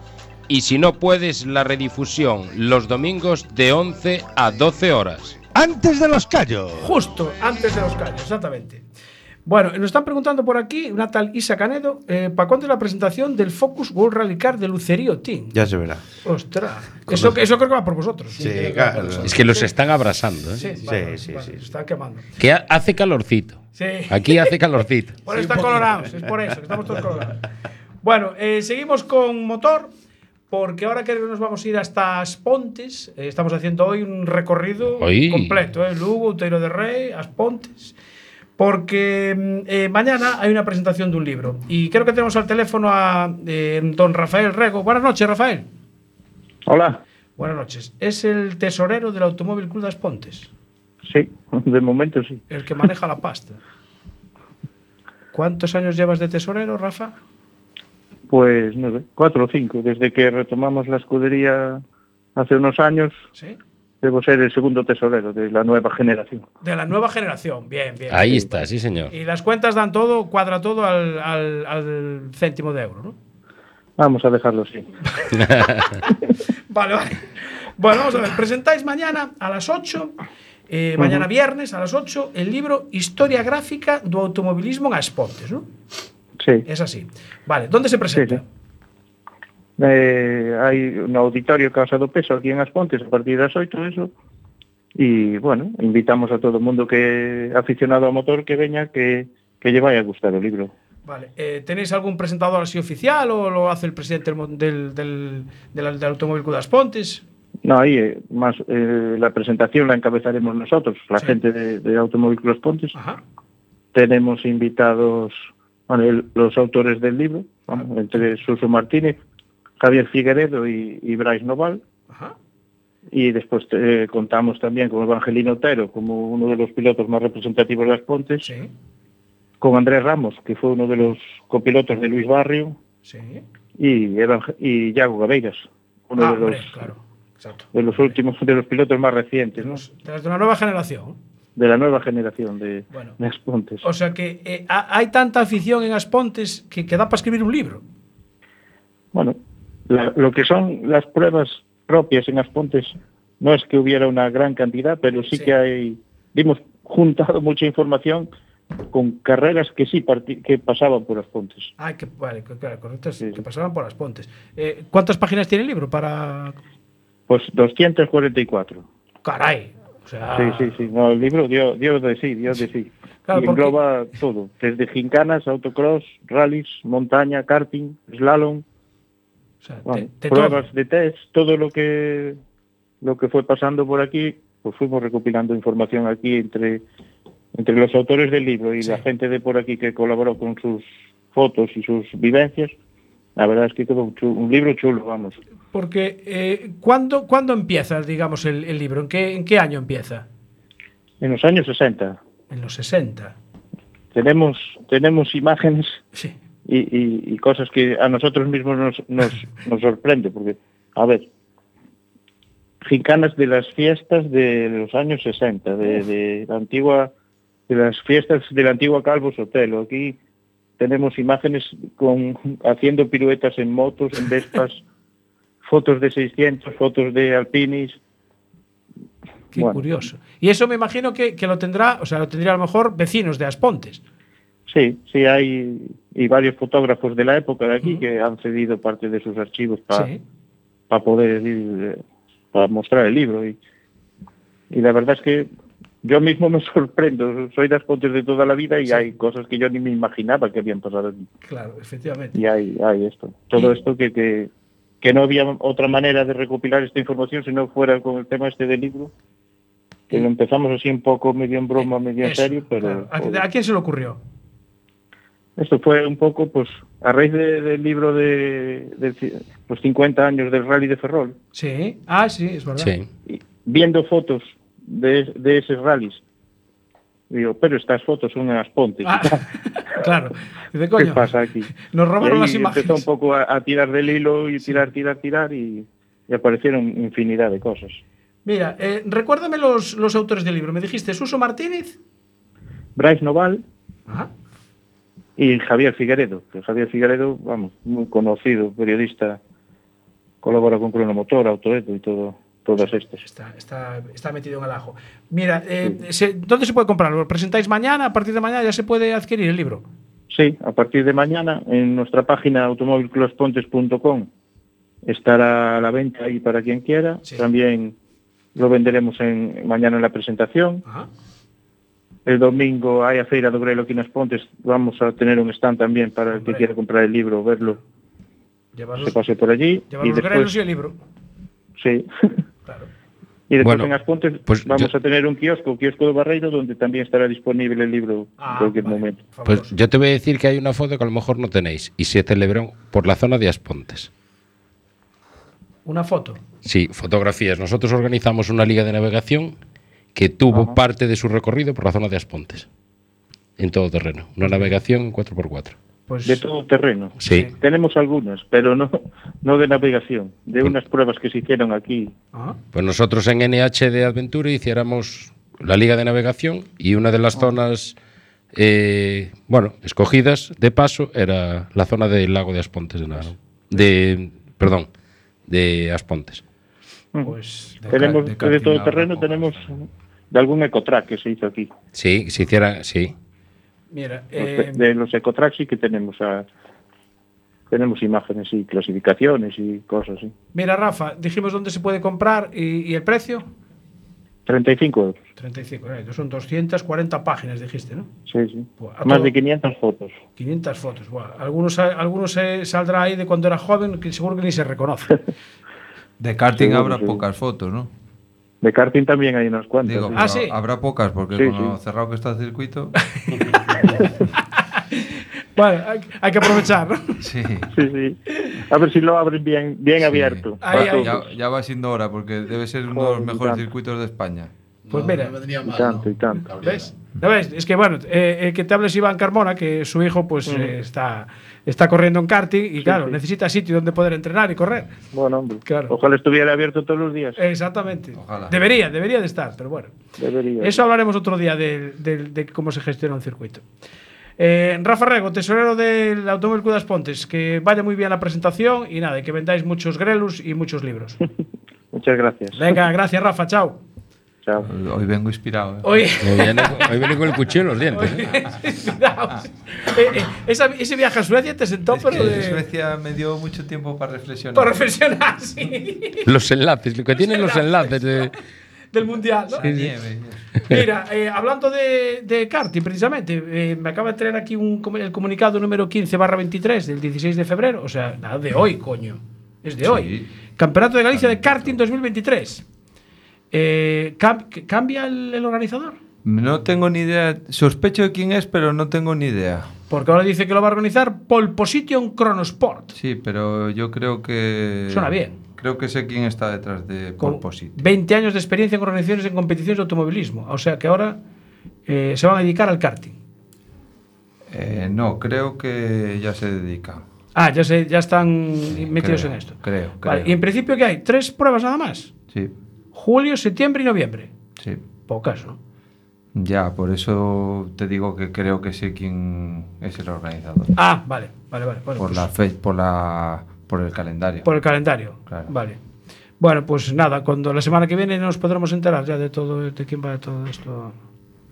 G: y si no puedes, la redifusión los domingos de 11 a 12 horas.
K: Antes de los callos.
A: Justo antes de los callos, exactamente. Bueno, nos están preguntando por aquí, una tal Isa Canedo, eh, ¿para cuándo es la presentación del Focus World Rally Car de Lucerío Team?
K: Ya se verá.
A: Ostras, eso, eso creo que va por vosotros.
K: Sí,
A: creo que va por
K: claro.
A: vosotros.
G: Es que los están abrazando, ¿eh?
A: Sí, sí, vale, vale, se están quemando.
G: Que ha- hace calorcito.
A: Sí.
G: Aquí hace calorcito.
A: Por eso están colorados, es por eso, que estamos todos colorados. Bueno, eh, seguimos con motor, porque ahora que nos vamos a ir hasta Aspontes, eh, estamos haciendo hoy un recorrido
G: Hoy.
A: completo, ¿eh? Lugo, Uteiro de Rey, Aspontes, porque mm, eh, mañana hay una presentación de un libro y creo que tenemos al teléfono a eh, don Rafael Rego. Buenas noches, Rafael.
I: Hola.
A: Buenas noches. Es el tesorero del Automóvil Club de Aspontes,
I: Sí, de momento sí.
A: el que maneja la pasta. ¿Cuántos años llevas de tesorero, Rafa?
N: Pues no sé, cuatro o cinco. Desde que retomamos la escudería hace unos años,
A: Sí.
N: debo ser el segundo tesorero de la nueva generación.
A: De la nueva generación. Bien, bien.
G: Ahí está, sí, señor.
A: Y las cuentas dan todo, cuadra todo al, al- al céntimo de euro, ¿no?
N: Vamos a dejarlo así.
A: Vale, vale. Bueno, vamos a ver. Presentáis mañana a las 8, eh,
N: Ujú.
A: mañana viernes a las 8, el libro Historia Gráfica do Automobilismo en As Pontes, ¿no?
N: Sí.
A: Es así. Vale, ¿dónde se presenta?
N: Eh, hay un auditorio Casa do Peso aquí en As Pontes a partir das oito, eso. Y, bueno, invitamos a todo o mundo que aficionado ao motor que veña que, que lle vai a gustar o libro.
A: Vale. eh, ¿Tenéis algún presentador así oficial o lo hace el presidente del, mon- del, del, del- del Automóvil Club de As Pontes?
N: No, ahí eh, más eh, la presentación la encabezaremos nosotros, la gente de, de Automóvil Los Pontes. Tenemos invitados bueno, el- los autores del libro,
A: Ah,
N: vamos, entre Suso Martínez, Javier Figueredo y, y Bryce Noval. Y después eh, contamos también con Evangelino Otero como uno de los pilotos más representativos de Las Pontes. Con Andrés Ramos, que fue uno de los copilotos de Luis Barrio.
A: Sí.
N: Y, Evang- y Iago Gabeiras, uno
A: Ah,
N: de los
A: hombre, claro. Exacto.
N: de los últimos, de los pilotos más recientes, ¿no?
A: De las de una nueva generación.
N: de la nueva generación de,
A: Bueno.
N: de Aspontes.
A: O sea que eh, ha- hay tanta afición en As Pontes que, que da para escribir un libro.
N: Bueno, la- lo que son las pruebas propias en Aspontes, no es que hubiera una gran cantidad, pero sí, que hay, hemos juntado mucha información con carreras que sí parti- que pasaban por Aspontes.
A: Ah, que, vale, que- claro, correcto, que pasaban por As Pontes. Eh, ¿Cuántas páginas tiene el libro para...?
N: Pues 244.
A: Caray. O sea,
N: Sí, sí, sí. No, el libro dio, dio de sí, dio de sí.
A: Claro,
N: y
A: porque-
N: engloba todo, desde gincanas, autocross, rallies, montaña, karting, slalom, bueno,
A: de
N: pruebas de test, todo lo que lo que fue pasando por aquí, pues fuimos recopilando información aquí entre entre los autores del libro y la gente de por aquí que colaboró con sus fotos y sus vivencias. La verdad es que quedó un, chu- un libro chulo, vamos.
A: Porque, eh, ¿cuándo, ¿cuándo empieza, digamos, el, el libro? ¿En qué, ¿En qué año empieza?
N: En los años 60.
A: En los 60.
N: tenemos tenemos imágenes y, y- y cosas que a nosotros mismos nos, nos, nos sorprende porque a ver gincanas de las fiestas de los años 60 de, de la antigua de las fiestas de la antigua Calvo Sotelo aquí tenemos imágenes con haciendo piruetas en motos en vespas fotos de 600 fotos de alpinis
A: Qué curioso. Y eso me imagino que, que lo tendrá, o sea, lo tendría a lo mejor vecinos de As Pontes.
N: Sí, sí, hay y varios fotógrafos de la época de aquí que han cedido parte de sus archivos para
A: Sí.
N: poder ir, eh, para mostrar el libro. Y, y la verdad es que yo mismo me sorprendo. Soy das Pontes de toda la vida y hay cosas que yo ni me imaginaba que habían pasado aquí.
A: Claro, efectivamente.
N: Y hay, hay esto. Todo esto que, que, que no había otra manera de recopilar esta información si no fuera con el tema este del libro. Que lo empezamos así un poco medio en broma, medio en
A: Eso,
N: serio, pero...
A: claro. ¿A-
N: joder.
A: ¿A quién se le ocurrió?
N: Esto fue un poco, pues, a raíz de- del libro de, de ci- los 50 años del Rally de Ferrol,
A: Sí. Ah, sí, es verdad.
N: viendo fotos de, de esos rallies. Digo, pero estas fotos son en las pontes.
A: Claro. Dice,
N: ¿Qué
A: Ah, coño,
N: pasa aquí?
A: nos robaron
N: Y ahí
A: las imágenes.
N: Empezó un poco a, a tirar del hilo y tirar, tirar, tirar y, y aparecieron infinidad de cosas.
A: Mira, eh, recuérdame los, los autores del libro. Me dijiste Suso Martínez. Ah,
N: Bryce Noval
A: Ajá.
N: y Javier Figueredo. que Javier Figueredo, vamos, muy conocido periodista, colabora con Cronomotor, Autoeto y todo, todas estas.
A: Está, está, está metido en el ajo. Mira, eh, se- ¿dónde se puede comprar? ¿Lo presentáis mañana? A partir de mañana ya se puede adquirir el libro.
N: Sí, a partir de mañana en nuestra página automóvilclospontes.com estará a la venta ahí para quien quiera. También lo venderemos en, mañana en la presentación.
A: Ah,
N: El domingo hay a Feira do Grelo aquí nas Pontes. Vamos a tener un stand también para el que quiera comprar el libro o verlo,
A: Llevar
N: se
A: los,
N: pase por allí.
A: llevar
N: y
A: los granos
N: después,
A: y el libro.
N: sí. Y después
A: Bueno,
N: en As Pontes
A: pues
N: vamos a tener un kiosco, kiosco de Barreiro, donde también estará disponible el libro
A: Ah,
N: en cualquier momento.
G: Pues yo te voy a decir que hay una foto que a lo mejor no tenéis y se celebró por la zona de Aspontes.
A: Una foto.
G: Sí, fotografías. Nosotros organizamos una liga de navegación que tuvo parte de su recorrido por la zona de Aspontes. en todo terreno. Una navegación en 4x4.
A: Pues,
N: de todo terreno.
G: Sí.
N: Tenemos algunas, pero no, no de navegación, de unas pruebas que se hicieron aquí.
A: ah,
G: Pues nosotros en NH de Adventure hiciéramos la liga de navegación y una de las zonas, eh, bueno, escogidas de paso era la zona del lago de Aspontes de Narón. De, perdón, de Aspontes.
A: Pues
N: tenemos
G: de
N: de,
G: karting
N: todo
G: a
N: terreno, tenemos de algún ecotrack que se hizo aquí.
G: Sí, si hiciera, sí.
A: Mira,
N: Los
A: eh,
N: pe- de los ecotracks sí que tenemos a- tenemos imágenes y clasificaciones y cosas así.
A: mira, Rafa, dijimos dónde se puede comprar y, y el precio.
N: 35 euros.
A: 35, eh, son 240 páginas, dijiste, ¿no?
N: Sí, sí.
A: Pues, a
N: Más
A: todo.
N: de 500 fotos.
A: 500 fotos. Buah, Algunos, algunos eh, saldrá ahí de cuando era joven que seguro que ni se reconoce.
F: De karting
N: Seguro,
F: habrá
N: sí.
F: pocas fotos, ¿no?
N: De karting también hay unas cuantas.
F: Digo,
N: sí.
A: Ah,
F: pero habrá pocas porque
N: Sí,
F: con lo
N: sí.
F: cerrado que está el circuito.
A: Bueno, hay, hay que aprovechar, ¿no?
F: Sí.
N: Sí, sí. A ver si lo abren bien, bien
F: Sí.
N: abierto.
A: Ahí,
F: Ya-
A: ahí.
F: Ya, ya va siendo hora porque debe ser uno de los mejores
N: tanto.
F: circuitos de España.
A: Pues mira.
N: Y tanto, y tanto.
A: ¿Ves? ¿Ya ves? Es que bueno, eh, eh, que te hables Iván Carmona, que su hijo pues
N: Ujú.
A: eh, está, está corriendo en karting y claro,
N: sí.
A: necesita sitio donde poder entrenar y correr.
N: Bueno, hombre.
A: Claro. Eh,
N: Ojalá estuviera abierto todos los días.
A: Exactamente. Debería, debería de estar, pero bueno.
N: Debería.
A: Eso hablaremos otro día de, de- de cómo se gestiona un circuito. Eh, Rafa Rego, tesorero del Automóvil Cudas Pontes, que vaya muy bien la presentación y nada, y que vendáis muchos grelus y muchos libros.
N: Muchas gracias.
A: Venga, gracias Rafa, chao.
N: Chao.
F: Hoy vengo inspirado. ¿eh?
A: Hoy-
G: Hoy viene, hoy viene con el cuchillo en los dientes. ¿eh?
A: Cuidaos. Eh, eh, esa- ese viaje a Suecia te sentó, pero
F: Que
A: de,
F: en Suecia me dio mucho tiempo para reflexionar.
A: para reflexionar, sí.
G: Los enlaces, lo que tienen los enlaces. de-
A: del mundial. ¿no?
G: Sí, sí.
A: Mira, eh, hablando de, de karting, precisamente, eh, me acaba de traer aquí un, com- el comunicado número 15 barra 23 del 16 de febrero, o sea, nada de hoy, coño, es de
F: Sí.
A: hoy. Campeonato de Galicia de karting 2023. Eh, cam- ¿Cambia el, el organizador?
F: No tengo ni idea. Sospecho de quién es, pero no tengo ni idea.
A: Porque ahora dice que lo va a organizar Polposition Chronosport.
F: Sí, pero yo creo que.
A: Suena bien.
F: Creo que sé quién está detrás de Porposit.
A: 20 años de experiencia en organizaciones en competiciones de automovilismo. O sea que ahora eh, se van a dedicar al karting.
F: Eh, no, creo que ya se dedica.
A: Ah, ya, se, ya están metidos
F: creo,
A: en esto.
F: Creo, creo.
A: Vale, y en principio que hay tres pruebas nada más.
F: Sí,
A: Julio, septiembre y noviembre.
F: sí.
A: Pocas, ¿no?
F: Ya, por eso te digo que creo que sé quién es el organizador.
A: Ah, vale, vale, vale. Bueno,
F: por
A: pues,
F: la fe, por la por el calendario.
A: por el calendario.
F: Claro.
A: Vale. Bueno, pues nada, cuando la semana que viene nos podremos enterar ya de todo, de quién va todo esto.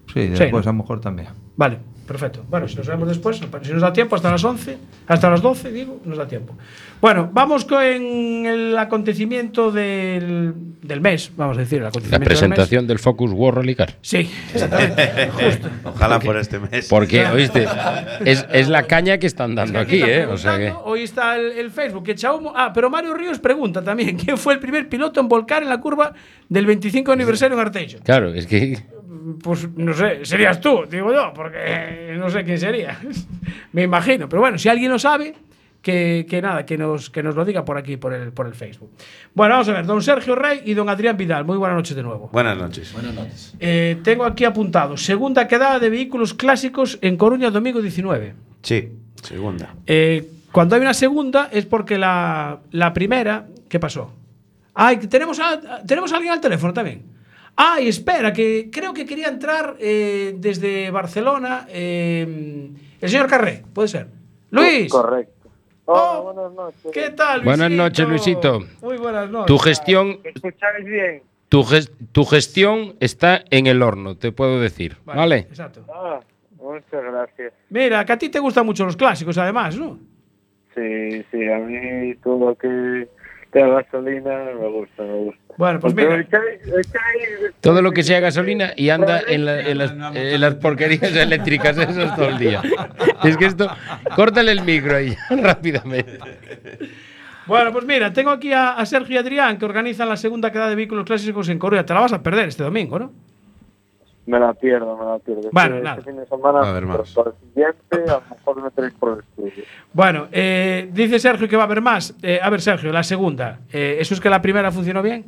F: Sí,
A: Sí,
F: después
A: ¿no?
F: a lo mejor también.
A: Vale, perfecto. Bueno, si nos vemos después, si nos da tiempo hasta las 11, hasta las 12, digo, nos da tiempo. Bueno, vamos con el acontecimiento del, del mes, vamos a decir, el
G: La
A: acontecimiento del mes.
G: presentación del Focus War Rally Car.
A: Sí, exactamente. Justo.
K: Ojalá por este mes.
G: Porque, oíste, es, es la caña que están dando aquí, ¿eh? O sea que.
A: Hoy está el, el Facebook, que Chaumo. Ah, pero Mario Ríos pregunta también: ¿quién fue el primer piloto en volcar en la curva del 25 aniversario en Arteixo?
G: Claro, es que.
A: Pues no sé, serías tú, digo yo, porque eh, no sé quién sería. Me imagino. Pero bueno, si alguien lo sabe, que, que nada, que nos, que nos lo diga por aquí, por el, por el Facebook. Bueno, vamos a ver, don Sergio Rey y don Adrián Vidal. Muy buenas noches de nuevo.
K: Buenas noches.
A: Eh, tengo aquí apuntado: segunda quedada de vehículos clásicos en Coruña, domingo 19.
K: Sí, segunda.
A: Eh, cuando hay una segunda es porque la, la primera. ¿Qué pasó? Ay, que tenemos a, tenemos a alguien al teléfono también. Ay, espera, que creo que quería entrar eh, desde Barcelona eh, el señor Carré, puede ser. Luis.
J: Correcto.
A: Hola, buenas noches. ¿Qué tal, Luisito?
G: Buenas noches, Luisito.
A: Muy buenas noches.
G: Tu gestión,
J: ¿Escucháis bien?
G: tu, ges- tu gestión está en el horno, te puedo decir. ¿Vale?
A: Exacto.
J: Ah, muchas gracias.
A: Mira, que a ti te gustan mucho los clásicos, además, ¿no?
J: Sí, sí, a mí todo lo que sea gasolina me gusta, me gusta.
A: Bueno, pues
J: Porque
A: mira.
J: el Chai- el Chai-
G: Todo lo que sea gasolina y anda en, la- en las, en las porquerías eléctricas esas todo el día. Es que esto. Córtale el micro ahí, rápidamente.
A: Bueno, pues mira, tengo aquí a, a Sergio y Adrián que organizan la segunda quedada de vehículos clásicos en Corea. Te la vas a perder este domingo, ¿no?
J: Me la pierdo, me la pierdo.
A: Bueno,
J: este,
A: nada.
J: este fin de semana,
A: Va a haber
J: pero
A: más.
J: para el siguiente, a lo mejor me tenéis por el estudio.
A: Bueno, eh, dice Sergio que va a haber más. Eh, a ver, Sergio, la segunda. Eh, ¿Eso es que la primera funcionó bien?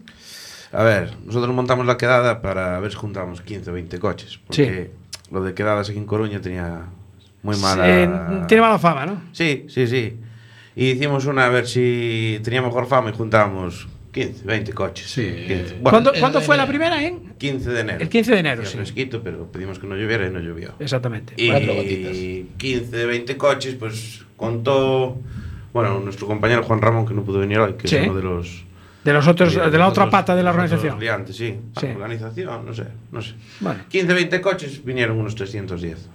K: A ver, nosotros montamos la quedada para ver si juntamos 15 o 20 coches. Porque Lo de quedadas aquí en Coruña tenía muy mala.
A: Eh, tiene mala fama, ¿no?
K: Sí, sí, sí. Y hicimos una a ver si tenía mejor fama y juntábamos 15, 20 coches. Sí.
A: ¿Cuándo, cuándo fue la primera, eh?
K: 15 de enero.
A: El 15 de enero,
K: Hacía fresquito, pero pedimos que no lloviera y no llovió.
A: Exactamente.
K: Y
A: Cuatro
K: 15, 20 coches, pues contó. Bueno, nuestro compañero Juan Ramón, que no pudo venir hoy, que
A: Sí.
K: es uno de los.
A: De los otros, de la otra
K: otros-
A: pata de la
K: otros
A: organización.
K: liantes, sí.
A: Sí.
K: Organización, no sé, no sé.
A: Vale.
K: 15, 20 coches, vinieron unos 310.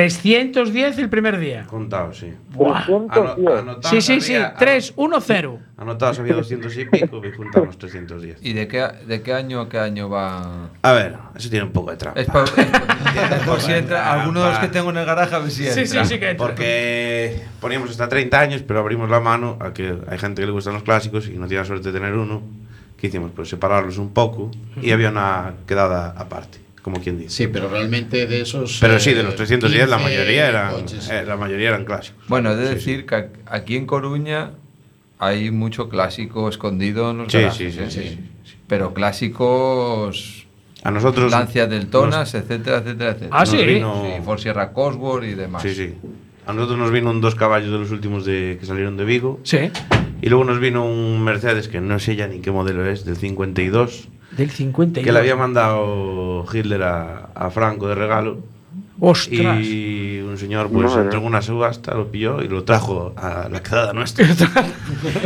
A: 310 el primer día.
K: Contados, sí.
A: Buah.
K: Ano- anotados
A: Sí, sí, sí.
K: había-
A: 310.
K: Anotados había 200 y pico, que juntamos 310.
F: ¿Y de qué, a- de qué año a qué año va?
K: A ver, eso tiene un poco de trampa.
F: Es pa- por si entra alguno de los que tengo en el garaje a ver si
K: Sí,
F: entra.
K: sí, sí que entra. Porque poníamos hasta 30 años, pero abrimos la mano a que hay gente que le gustan los clásicos y no tiene la suerte de tener uno. ¿Qué hicimos? Pues separarlos un poco y había una quedada aparte, como quien dice.
O: Sí, pero realmente de esos.
K: Pero
O: eh,
K: sí, de los 310 la
O: 15
K: mayoría eran,
O: coches.
K: eh, la mayoría eran clásicos.
F: Bueno, he de
K: Sí,
F: decir que ac- aquí en Coruña hay mucho clásico escondido en los
K: Sí,
F: garajes,
K: sí, sí,
F: ¿eh?
K: sí,
F: Pero clásicos.
K: A nosotros-
F: Lancia del Tonas,
K: nos-
F: etcétera, etcétera, etcétera.
K: Ah, Nos sí. vino-
F: Sí, Ford Sierra Cosworth y demás.
K: Sí, sí. A nosotros nos vino un dos caballos de los últimos de, que salieron de Vigo.
A: Sí.
K: Y luego nos vino un Mercedes que no sé ya ni qué modelo es, del 52,
A: Del 52.
K: que le había mandado Hitler a, a Franco de regalo.
A: Ostras.
K: Y un señor pues
A: Madre.
K: entró en una subasta, lo pilló y lo trajo a la quedada nuestra.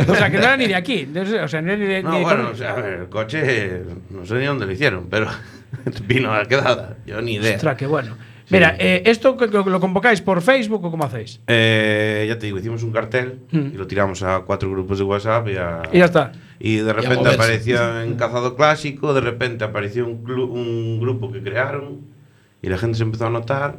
A: O sea, que no era ni de aquí. de- O sea, no era ni de. ni
K: No,
A: de-
K: bueno, o sea, a ver, el coche no sé ni dónde lo hicieron, pero vino a la quedada. Yo ni idea.
A: Ostras, qué bueno. Mira, eh, ¿esto que- que lo convocáis por Facebook o cómo hacéis?
K: Eh, ya te digo, hicimos un cartel
A: Mm.
K: y lo tiramos a cuatro grupos de WhatsApp y, a-
A: Y ya está.
K: Y de repente
A: moverse.
K: apareció en Cazado Clásico, de repente apareció un, clu- un grupo que crearon y la gente se empezó a notar.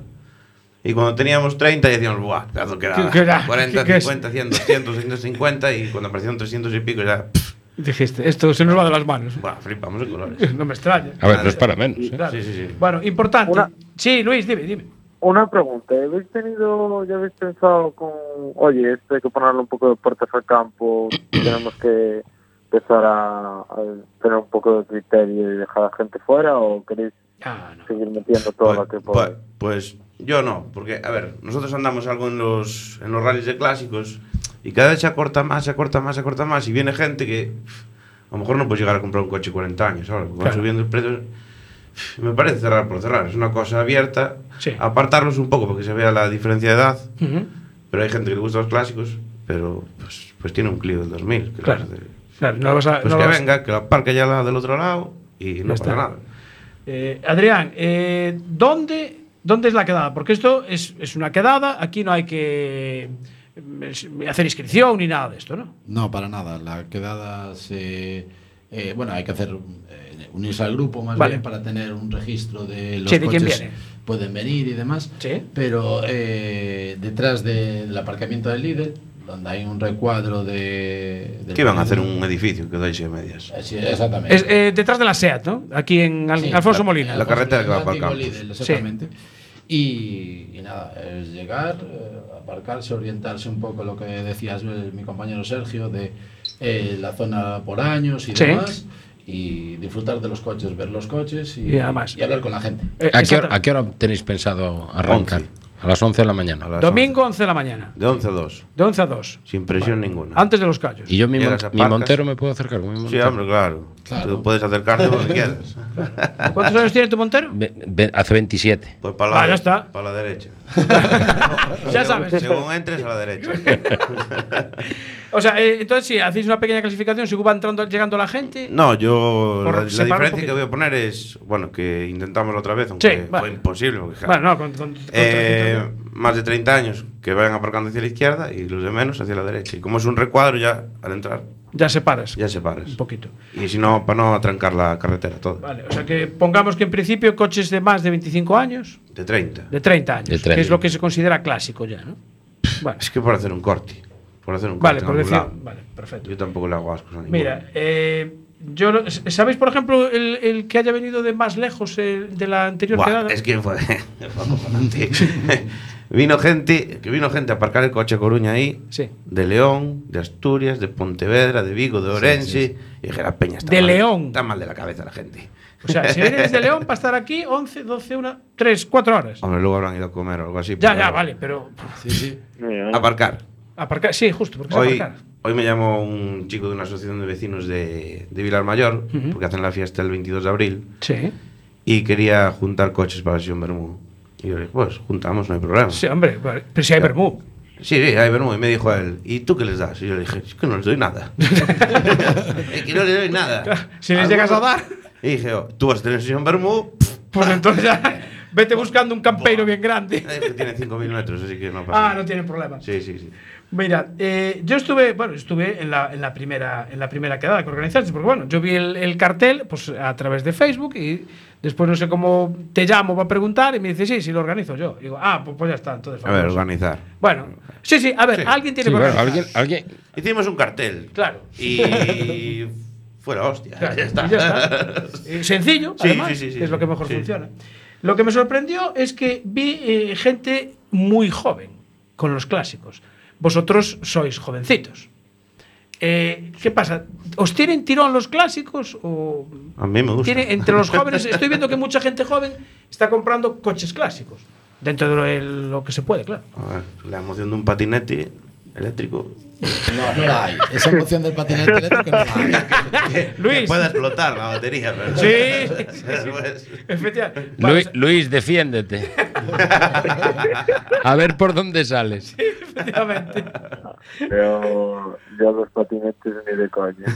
K: Y cuando teníamos 30 decíamos, ¡buah! Cazado quedaba.
A: ¿Qué- qué era?
K: 40,
A: ¿Qué- qué es?
K: 50, 100, 200, 150 y cuando aparecieron 300 y pico ya pff,
A: Dijiste, esto se nos va de las manos.
K: flipamos de colores.
A: No me extraña.
G: A ver, no es para menos. ¿eh?
K: Sí, sí, sí.
A: Bueno, importante. Sí, Luis, dime, dime.
P: Una pregunta, ¿habéis tenido, ya habéis pensado con, oye, esto hay que ponerle un poco de puertas al campo, tenemos que empezar a, a tener un poco de criterio y dejar a gente fuera o queréis seguir metiendo todo lo que podáis?
K: Pues, pues yo no, porque, a ver, nosotros andamos algo en los, en los rallies de clásicos y cada vez se acorta más, se acorta más, se acorta más y viene gente que pf, a lo mejor no puede llegar a comprar un coche 40 años ahora, porque van
A: Claro.
K: subiendo el precio. Pf, Me parece cerrar por cerrar, es una cosa abierta, apartarlos un poco porque se vea la diferencia de edad,
A: Ujú.
K: pero hay gente que le gusta los clásicos, pero pues, pues tiene un Clio del 2000. que
A: Claro.
K: los de-
A: Claro, no lo vas a-
K: pues
A: no
K: que
A: lo vas-
K: venga, que lo aparque ya la del otro lado y no
A: está.
K: pasa nada.
A: Eh, Adrián, eh, ¿dónde, ¿dónde es la quedada? Porque esto es, es una quedada, aquí no hay que mm, es- hacer inscripción ni nada de esto, ¿no?
O: No, para nada. La quedada se. eh, bueno, hay que hacer eh, unirse al grupo más
A: Vale.
O: bien para tener un registro de los
A: Sí, ¿de
O: coches pues,
A: quién viene?
O: pueden venir y demás. Pero eh, detrás de- del aparcamiento del líder, donde hay un recuadro de. del-
K: Que iban a hacer un edificio, que doy a medias.
O: Sí, exactamente.
A: Es, eh, detrás de la SEAT, ¿no? Aquí en Al-
O: Sí,
A: Alfonso
O: la-
A: Molina.
O: Alfonso Molina, antiguo Lidl, exactamente. Y, y nada, es llegar, eh, aparcarse, orientarse un poco a lo que decías eh, mi compañero Sergio de eh, la zona por años y
A: Sí.
O: demás. Y disfrutar de los coches, ver los coches y,
A: Y además.
O: y hablar con la gente.
A: Eh,
G: ¿A, qué hora, a qué hora tenéis pensado arrancar? A las 11 de la mañana.
A: Domingo 11 de la mañana.
K: De 11 a 2.
A: De 11 a 2.
K: Sin presión ninguna.
A: Antes de los callos.
G: Y yo mi,
K: Llegas,
G: mon- mi
K: aparcas.
G: montero me puedo acercar. mi
K: Sí,
G: montero.
K: hombre, claro. Tú puedes acercarte donde quieras.
A: ¿Cuántos años tiene tu montero?
G: Ve- ve- hace 27.
K: Pues para
A: Ah,
K: la,
A: ya está.
K: para la derecha.
A: Ya
K: Según-
A: sabes.
K: Según entres a la derecha.
A: O sea, eh, entonces si hacéis una pequeña clasificación, si va entrando, llegando la gente.
K: No, yo.
A: Por
K: la
A: separar
K: la
A: un
K: diferencia que
A: poquito.
K: voy a poner es. Bueno, que intentamos otra vez, aunque
A: Sí, vale.
K: fue imposible. porque, ja,
A: Bueno, no, con- con- con
K: eh, más de 30 años que vayan aparcando hacia la izquierda y los de menos hacia la derecha. Y como es un recuadro, ya al entrar.
A: Ya separas.
K: Ya separas. Un
A: poquito.
K: Y si no, para no atrancar la carretera, todo.
A: Vale, o sea que pongamos que en principio coches de más de 25 años,
K: De 30.
A: de 30 años,
K: De 30.
A: que es lo que se considera clásico ya, ¿no?
K: Es que por hacer un corte. Por hacer un
A: Vale,
K: corte. en
A: por
K: algún
A: decir-
K: lado. Yo tampoco le hago ascos a ninguno.
A: Mira, eh, yo lo- ¿sabéis, por ejemplo, el, el que haya venido de más lejos eh, de la anterior
K: Buah,
A: quedada?
K: es que fue, fue acojonante. vino gente, que vino gente a aparcar el coche a Coruña ahí, de León, de Asturias, de Pontevedra, de Vigo, de Orense, y dije, la peña está
A: De
K: mal,
A: León.
K: está mal de la cabeza la gente.
A: O sea, si viene desde León para estar aquí 11, 12, 1, 3, 4 horas.
K: Hombre, luego habrán ido a comer o algo así.
A: Ya,
K: pero-
A: ya, vale, pero. Sí, sí.
K: Aparcar.
A: Aparcar, sí, justo, porque es
K: Hoy,
A: aparcar.
K: hoy me llamó un chico de una asociación de vecinos de, de Vilar Mayor,
A: Ujú.
K: porque hacen la fiesta el 22 de abril,
A: Sí.
K: y quería juntar coches para la sesión Bermú. Y yo le dije, pues juntamos, no hay problema.
A: Sí, hombre, vale, pero si hay
K: Ya.
A: Bermú.
K: Sí, sí, hay Bermú. Y me dijo él, ¿y tú qué les das? Y yo le dije, es que no les doy nada. es que no les doy nada.
A: Si les llegas a dar.
K: Y dije, oh, tú vas a tener sesión Bermú,
A: Pues entonces ya, vete buscando un campeiro bien grande.
K: que tiene 5.000 metros, así que no pasa
A: Ah, no tiene problema.
K: Sí, sí, sí.
A: Mira, eh, yo estuve, bueno, estuve en la, en la primera, en la primera quedada que organizaste, porque bueno, yo vi el, el cartel pues, a través de Facebook y después no sé cómo te llamo para preguntar y me dice, sí, sí, lo organizo yo. Y digo, ah, pues, pues ya está, entonces.
K: A ver,
A: vamos".
K: organizar.
A: Bueno, sí, sí, a ver, alguien tiene que organizar.
K: Hicimos un cartel.
A: Claro.
K: Y fue la hostia.
A: Claro,
K: ya está.
A: y ya está. Eh, Sencillo,
K: Sí,
A: además,
K: sí, sí, sí,
A: que es lo
K: sí.
A: que mejor
K: Sí.
A: funciona. Lo que me sorprendió es que vi eh, gente muy joven con los clásicos. Vosotros sois jovencitos. Eh, ¿Qué pasa? ¿Os tienen tirón los clásicos? O
K: A mí me gusta.
A: tiene- entre los jóvenes, estoy viendo que mucha gente joven está comprando coches clásicos. Dentro de lo- el- lo que se puede, claro.
K: A ver, la emoción de un patinete eléctrico.
Q: No, no la hay. Esa emoción del patinete eléctrico no la hay.
A: Luis.
K: Puede explotar la batería, pero.
A: Sí, sí, sí, Efectivamente.
G: Luis, Luis, defiéndete. A ver por dónde sales.
A: Efectivamente.
P: Pero yo los patinetes ni de coña.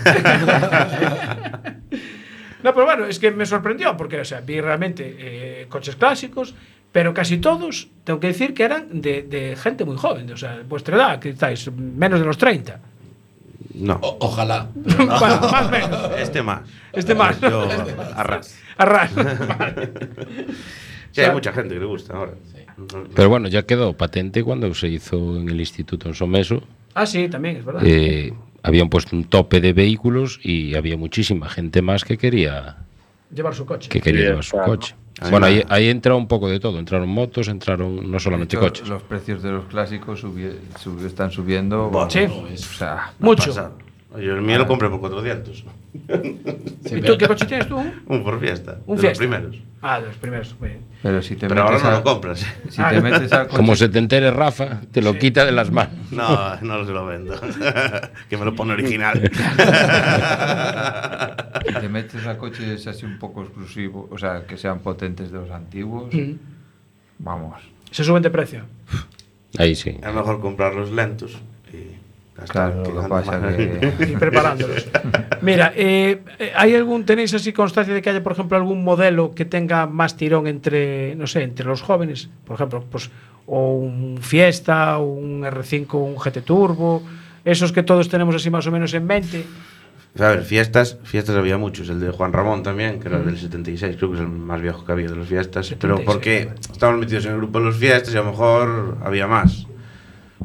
A: No, pero bueno, es que me sorprendió porque, o sea, vi realmente eh, coches clásicos, pero casi todos, tengo que decir que eran de, de gente muy joven, de, o sea, vuestra edad, que estáis menos de los 30.
K: No.
Q: ojalá.
A: Bueno, más o menos.
K: Este más.
A: Este más.
K: Yo arras.
A: Arras.
K: Sí, hay mucha gente que le gusta ahora.
G: Pero bueno, ya quedó patente cuando se hizo en el instituto en Someso.
A: Ah, sí, también, es verdad.
G: eh, habían puesto un tope de vehículos y había muchísima gente más que quería
A: Llevar su coche.
G: que quería llevar su coche.
F: Ahí
G: bueno,
F: va.
G: ahí, ahí entra un poco de todo. Entraron motos, entraron no solamente
F: De hecho,
G: coches.
F: Los precios de los clásicos subi- subi- están subiendo.
A: Sí.
F: o sea,
A: Mucho.
F: pasar.
K: Yo el mío lo compré por 400.
A: ¿Y tú qué coche tienes tú?
K: Un por fiesta.
A: Un
K: de
A: Fiesta.
K: Los primeros.
A: Ah, de los primeros. muy bien.
F: Pero si te
K: Pero
F: metes
K: ahora no
F: a-
K: lo compras.
F: Si te metes a
G: Como se te entere Rafa, te lo quita de las manos.
K: No, no se lo vendo. que me lo pone original.
F: Si te metes a coches así un poco exclusivos, o sea, que sean potentes de los antiguos,
A: Mm.
F: vamos.
A: Se suben de precio.
G: Ahí sí.
K: Es mejor comprarlos lentos. Y gastar
F: Claro, lo que
K: gane
F: pasa
K: más.
F: que-
A: Y preparándolos. Mira, eh, eh, ¿hay algún, tenéis así constancia de que haya, por ejemplo, algún modelo que tenga más tirón entre, no sé, entre los jóvenes? Por ejemplo, pues, o un Fiesta, o un R5, un GT Turbo, esos que todos tenemos así más o menos en mente.
K: A ver, fiestas, fiestas había muchos. El de Juan Ramón también, que era del 76, creo que es el más viejo que había de las fiestas. Pero
A: 76,
K: porque estábamos metidos en el grupo de las fiestas y a lo mejor había más.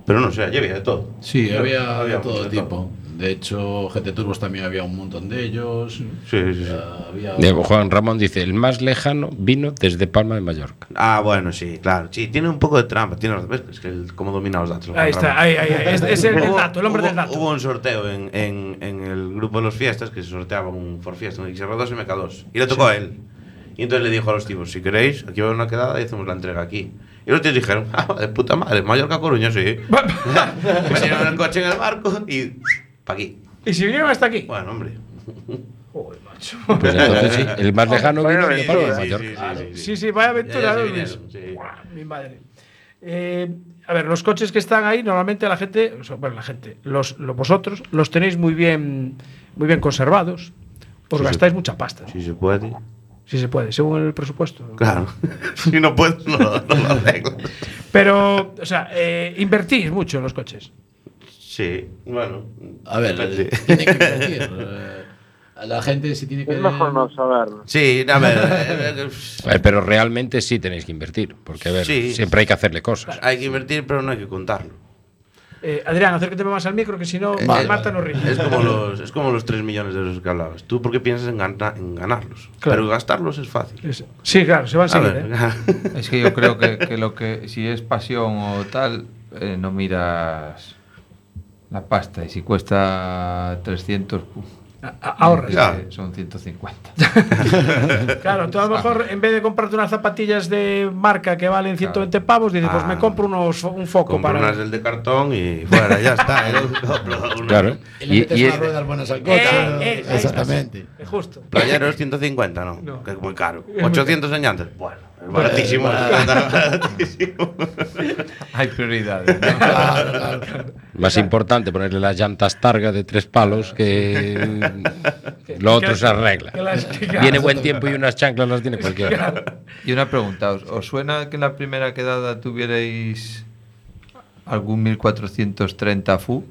K: Pero no sé, allí había de todo.
O: Sí,
K: Yo-
O: había, de todo
K: de
O: tipo. De hecho, GT Turbos también había un montón de ellos.
K: Sí, sí, sí.
O: Había
G: Diego Juan Ramón dice, el más lejano vino desde Palma de Mallorca.
K: Ah, bueno, sí, claro. Sí, tiene un poco de trampa. Tiene razón. ¿Ves? Es que el- cómo domina los datos. el Juan
A: Ahí está,
K: Ramón.
A: ahí, ahí, ahí. Es, es el, el
K: Hubo-
A: dato, el hombre del dato.
K: Hubo un sorteo en, en- en el grupo de los fiestas que se sorteaba un por fiesta, un XR2 y MK2. Y le tocó a él. Y entonces le dijo a los tipos: si queréis, aquí va a haber una quedada y hacemos la entrega aquí. Y los tíos dijeron: ah, de puta madre, Mallorca Coruña, sí. Metieron el coche en el barco y. pa' aquí.
A: ¿Y si vinieron hasta aquí?
K: Bueno, hombre.
A: Joder, macho.
G: Pues entonces sí, el más lejano
A: Vaya
G: vino de Palma de
A: aventura.
G: Mallorca.
A: Sí, sí, vaya aventura,
K: Ya, ya se
A: ¿no, Luis?
K: vinieron, sí.
A: Buah, Mi madre. Eh, a ver, los coches que están ahí, normalmente la gente, o sea, bueno, la gente, los, lo- vosotros los tenéis muy bien, muy bien conservados. Os
K: Sí,
A: gastáis mucha pasta,
K: Si se puede.
A: si se puede, según el presupuesto.
K: Claro. si no puedes, no, lo- no lo arreglas.
A: Pero, o sea, eh, invertís mucho en los coches.
K: Sí, bueno.
O: A ver,
K: depende.
O: tiene que invertir. Eh, La gente si tiene que...
P: saberlo.
K: Sí, a ver. eh,
G: Eh, Pero realmente sí tenéis que invertir, porque a ver,
K: Sí.
G: siempre hay que hacerle cosas.
K: Hay que invertir, pero no hay que contarlo.
A: Eh, Adrián, acércate más al micro, que si no,
K: Vale.
A: Marta no ríe.
K: Eh, Es como los, es como los 3 millones de euros que hablabas. Tú porque piensas en, gana- en ganarlos.
A: Claro.
K: Pero gastarlos es fácil.
A: Es- Sí, claro, se van
K: A
A: seguir.
K: ver,
A: ¿eh?
F: Es que yo creo que, que lo que si es pasión o tal, eh, no miras la pasta. Y si cuesta 300, pu-
A: ahorras.
F: Ya, Son 150.
A: Claro, tú a
K: Ah.
A: lo mejor en vez de comprarte unas zapatillas de marca que valen 120 pavos, dices, pues me compro unos, un foco
K: Ah. Compro
A: para.
K: unas del de cartón y fuera, ya está. ¿eh? Compro
G: Claro.
K: unas-
G: Y- y es-
A: Eh, eh, ahí
Q: Exactamente.
A: está, Justo.
K: Playeros 150, no, que es muy caro.
A: muy Pues, eh,
K: 800 en llantas, bueno, es baratísimo. baratísimo.
F: Hay prioridades.
G: Más importante ponerle las llantas targa de tres palos que mm, lo otro se arregla. Viene buen tiempo y unas chanclas las tiene cualquiera.
F: Y una pregunta, ¿os, os suena que en la primera quedada tuvierais algún 1430 FU?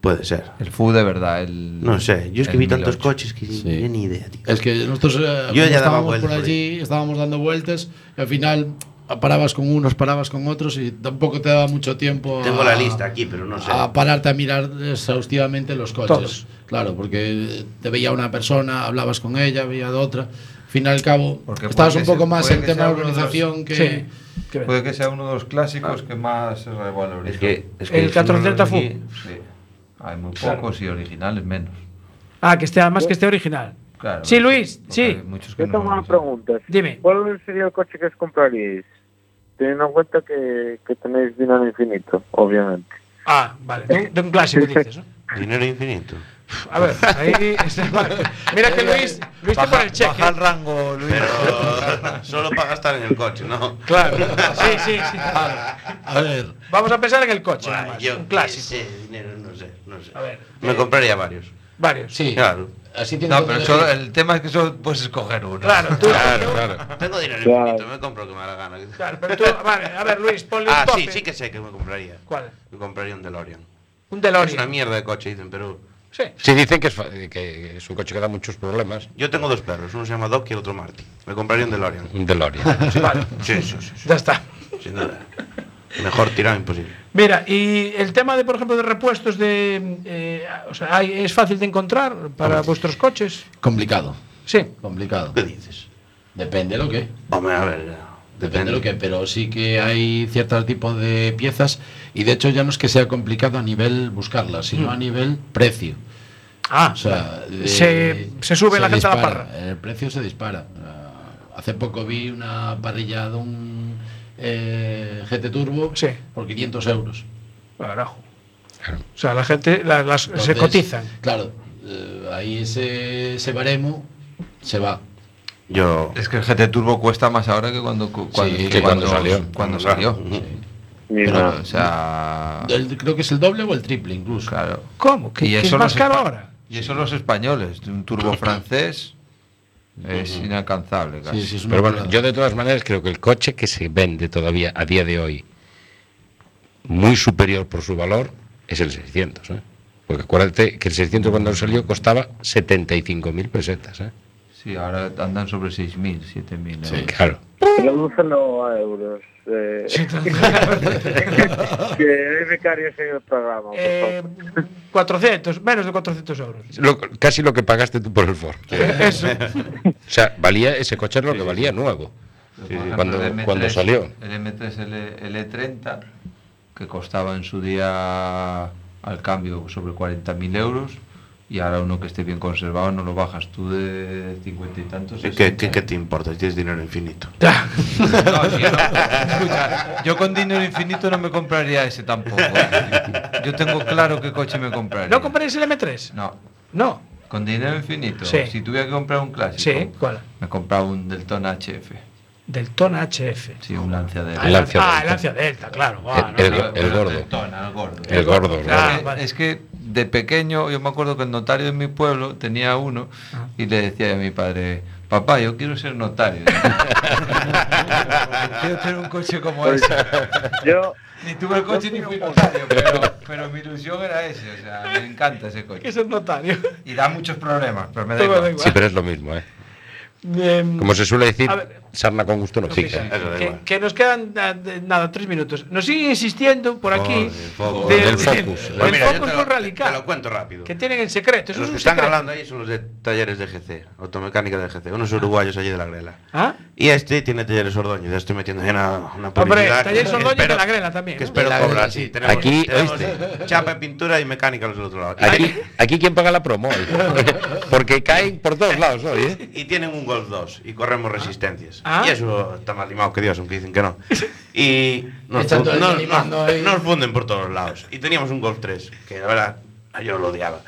K: Puede ser.
F: El FU de verdad, el...
K: No sé, yo es que
F: el
K: vi tantos
F: 1008.
K: coches que ni tenía ni idea, tío.
F: Es que
O: nosotros eh,
K: Yo
O: como
K: ya daba
O: estábamos
K: vueltas
O: por
K: por
O: allí, estábamos dando vueltas y al final parabas con unos, parabas con otros y tampoco te daba mucho tiempo
K: Tengo
O: a,
K: la lista aquí, pero no sé.
O: a pararte a mirar exhaustivamente los coches.
K: Todos.
O: Claro, porque te veía una persona, hablabas con ella, veía de otra. Al fin y al cabo, estabas
F: puede
O: un
F: que
O: poco
F: sea-
O: más
F: puede
O: en
F: que
O: tema
F: sea
O: de
F: uno de los-
O: organización que...
F: Puede que sea uno de los clásicos que más se revalorizó.
K: Es que- es que El si no
A: 430
K: los
A: FU.
K: vi-
F: Sí. Hay muy
A: Claro.
F: pocos y originales menos.
A: Ah, que esté, además que esté original.
F: Claro.
A: Sí, Luis, sí.
P: Yo tengo una pregunta.
A: Dime.
P: ¿Cuál sería el coche que os compraríais? Teniendo en cuenta que, que tenéis dinero infinito, obviamente.
A: Ah, vale. De un, de un clásico dices, ¿no?
K: Dinero infinito.
A: A ver, ahí. Mira que Luis. Luis te pone el cheque.
F: Baja el rango, Luis.
K: Pero solo para gastar en el coche, ¿no?
A: Claro. Sí, sí, sí. A
O: ver.
A: Vamos a pensar en el coche. nada más.
K: Yo
A: un
K: qué
A: clásico.
K: sé, dinero, no sé, no sé.
A: A ver. eh,
K: Me compraría varios.
A: Varios.
O: Sí.
K: Claro.
O: Así
K: tienes
F: No, pero
K: donde
F: solo-
K: elegir.
F: el tema es que solo puedes escoger uno.
A: Claro, tú- Claro,
K: claro. Tengo dinero
F: Claro.
K: infinito, me compro lo que me da la gana.
A: Claro, pero tú. Vale, a ver, Luis, ponle un
K: Ah, sí,
A: tope.
K: sí que sé que me compraría.
A: ¿Cuál?
K: Me compraría un DeLorean.
A: Un DeLorean.
K: Es una mierda de coche, dicen, pero
G: Sí, dicen que es, fa- que es un coche que da muchos problemas.
K: yo tengo dos perros, uno se llama Doc y el otro Marty. Me compraría un DeLorean.
G: Un DeLorean.
K: Sí,
A: Vale.
K: sí, sí, sí, sí.
A: Ya está.
K: Sin duda. Mejor tirado imposible.
A: Mira, y el tema de, por ejemplo, de repuestos de. eh, o sea, hay- ¿es fácil de encontrar para vuestros coches?
O: Complicado.
A: Sí.
O: Complicado.
K: ¿Qué dices?
O: Depende lo que.
K: Hombre, a ver.
O: Depende lo que, pero sí que hay ciertos tipos de piezas y de hecho ya no es que sea complicado a nivel buscarlas,
K: Mm.
O: sino a nivel precio.
A: Ah,
O: o sea, de-
A: Se- se sube la gente a la
O: dispara, El precio se dispara. Ah, Hace poco vi una parrilla de un eh, GT Turbo por 500 euros.
A: Carajo. O sea, la gente. la- las, se
O: Entonces,
A: cotizan.
O: Claro, eh, ahí ese, ese baremo se va.
K: Yo...
F: Es que el GT Turbo cuesta más ahora que cuando, cu- cuando,
O: que cuando salió.
F: Cuando salió. Pero, o sea...
O: El- creo que es el doble o el triple incluso.
F: Claro.
A: ¿Cómo? ¿Que- que es más
F: los
A: caro
F: espa-
A: ahora?
F: Y eso los españoles. Un turbo francés es inalcanzable casi.
G: Pero bueno, yo de todas maneras creo que el coche que se vende todavía a día de hoy, muy superior por su valor, es el 600. ¿eh? Porque acuérdate que el 600 cuando salió costaba 75.000 pesetas. ¿eh?
F: Sí, ahora andan sobre 6.000, 7.000 euros.
G: Claro.
P: Tradúcelo a euros. Eh. que hay becarios en el programa. por
A: Eh, 400, menos de 400 euros.
G: Lo- casi lo que pagaste tú por el Ford.
A: Eso.
G: O sea, valía ese coche es lo que valía nuevo. Cuando,
F: El M3,
G: cuando salió.
F: El E, M3 L, 30 que costaba en su día al cambio sobre 40.000 euros, y ahora uno que esté bien conservado no lo bajas tú de 50 y tantos.
K: ¿Qué,
F: 60.
K: qué- qué te importa? Si Tienes dinero infinito.
F: No, sí, no. Escucha, yo con dinero infinito no me compraría ese tampoco. Yo tengo claro qué coche me compraría.
A: ¿No compraréis el M3?
F: No.
A: No.
F: Con dinero infinito.
A: Sí.
F: Si tuviera que comprar un clásico,
A: Sí, ¿cuál?
F: me compraba un Deltona HF.
A: Del Tona HF.
F: Sí, un Lancia Delta.
A: Ah, el Lancia Ah, el Delta. Lancia Delta, claro. Ah, no, no.
F: Pero
G: gordo.
F: Deltona, el gordo.
G: El gordo, el
F: Claro,
G: gordo.
F: es- Es que de pequeño, yo me acuerdo que el notario de mi pueblo tenía uno
A: Ah.
F: y le decía a mi padre, papá, yo quiero ser notario. quiero tener un coche como
P: Pues,
F: ese.
P: Yo,
F: Ni tuve el coche ni fui notario, pero, pero mi ilusión era ese, o sea, me encanta ese coche.
A: Es el notario.
F: Y da muchos problemas, pero me da
A: Todo da
F: igual.
A: igual.
G: Sí, pero es lo mismo. ¿eh?
A: Em,
G: Como se suele decir,
A: a ver,
G: sarna con gusto no pica.
A: Que, que nos quedan na- de- nada, tres minutos. Nos siguen insistiendo por aquí
K: Focus.
A: del,
K: Del
A: del-
K: Focus.
A: del
K: Pues mira, yo
A: Focus
K: te lo-
A: Radical,
K: Te lo cuento rápido.
A: que tienen en secreto. Eso es
K: Los que
A: un
K: están
A: secreto.
K: hablando ahí son los de talleres de GC, automecánica de GC, unos uruguayos allí de la Grela.
A: ¿Ah?
K: Y este tiene talleres Ordóñez, ya estoy metiendo ya una, una publicidad.
A: Hombre, Talleres
K: que
A: Ordóñez de
K: espero-
A: la Grela también.
K: Que
A: ¿no?
K: espero cobrar, sí. Tenemos,
G: Aquí,
K: tenemos chapa, pintura y mecánica los del otro lado.
G: Aquí, aquí quien paga la promo, eh? porque caen por todos lados hoy. ¿eh?
K: Y tienen un Golf 2 y corremos resistencias.
G: Ah.
K: Y eso está más limado que Dios, aunque dicen que no. Y nos,
G: Está todo el
K: fun-
G: día
K: nos-
G: limando
K: nos-
G: ahí.
K: nos funden por todos lados. Y teníamos un Golf 3, que la verdad yo lo odiaba.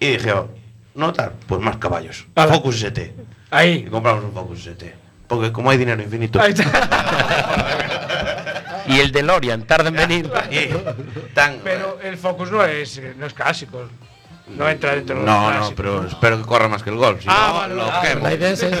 K: Y dije, oh, no tal, pues más caballos. Focus ST.
A: Ahí.
K: Y compramos un Focus ST. Porque como hay dinero infinito.
G: y el DeLorean tarda en venir.
A: Pero el Focus no es, no es clásico. No entra dentro de los
K: No, no,
A: clásicos.
K: pero espero que corra más que el Golf. si
A: Ah,
K: no,
A: vale,
K: lo
A: vale.
K: quemo.
A: La idea es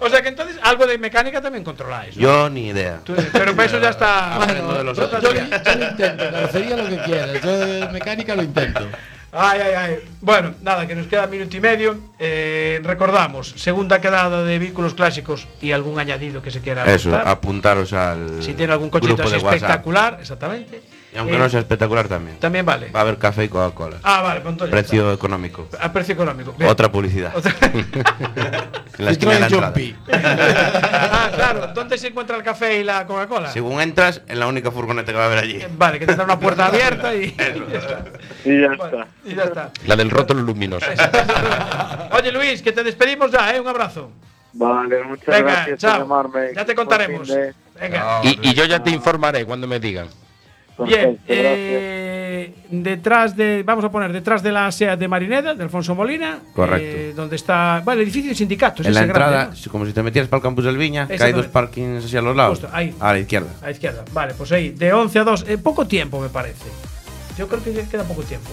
A: O sea que entonces algo de mecánica también controláis. ¿no?
K: Yo ni idea.
A: Tú- pero para eso ya está.
Q: Bueno,
A: de los
Q: yo,
A: otros.
Q: yo- yo lo intento, carrocería lo que quieras, yo de mecánica lo intento.
A: Ay, ay, ay. Bueno, nada, que nos queda minuto y medio. Eh, recordamos, segunda quedada de vehículos clásicos y algún añadido que se quiera
K: Eso,
A: apuntar.
K: apuntaros al.
A: Si tiene algún coche
K: grupo
A: así
K: de WhatsApp.
A: espectacular, exactamente.
K: Y aunque
A: Eh,
K: no sea espectacular también.
A: También vale.
K: Va a haber café y Coca-Cola.
A: Ah, vale, pues entonces ya
K: Precio económico.
A: está. A precio económico. Bien.
K: Otra publicidad.
A: Otra-
K: en la esquina de la entrada.
A: ah, claro. ¿Dónde se encuentra el café y la Coca-Cola? Eh,
K: Según entras, en la única furgoneta que va a haber allí.
A: Vale, que te da una puerta abierta y, y ya está.
K: Y ya
A: Bueno, y ya está.
G: La del rótulo luminoso.
A: Oye, Luis, que te despedimos ya, ¿eh? Un abrazo.
P: Vale, muchas
A: Venga,
P: gracias
A: chao.
P: por llamarme.
A: Ya te contaremos.
P: Buen fin
A: Venga.
G: Y, y yo ya te informaré cuando me digan.
A: Bien, eh, detrás de, vamos a poner detrás de la SEAT de Marineda, de Alfonso Molina.
K: Correcto.
A: eh, donde está, bueno, el edificio de sindicatos.
K: en la
A: ese grande,
K: entrada,
A: ¿no?
K: si- como si te metieras para el campus del Viña, que hay dos
A: Exactamente.
K: parkings hacia los lados. Ah,
A: Justo, ahí.
K: A la izquierda.
A: A la izquierda. Vale, pues ahí, de 11 a 2. eh, poco tiempo, me parece. Yo creo que ya queda poco tiempo.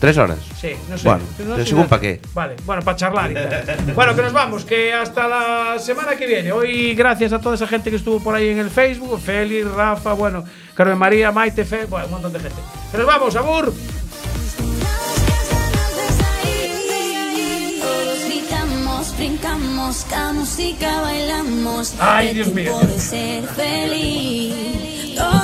K: ¿Tres horas?
A: Sí, no sé.
K: Bueno,
A: No
K: pero
A: sé
K: según
A: nada.
K: para qué.
A: Vale, bueno, para charlar y tal. Bueno, que nos vamos, que hasta la semana que viene. Hoy, gracias a toda esa gente que estuvo por ahí en el Facebook, Félix, Rafa, bueno, Carmen María, Maite, Fe, bueno, un montón de gente. Que nos vamos, Abur.
B: Todos gritamos, brincamos, ca música bailamos.
A: Ay,
B: que
A: Dios
B: tú
A: mío.
B: Puedes ser feliz.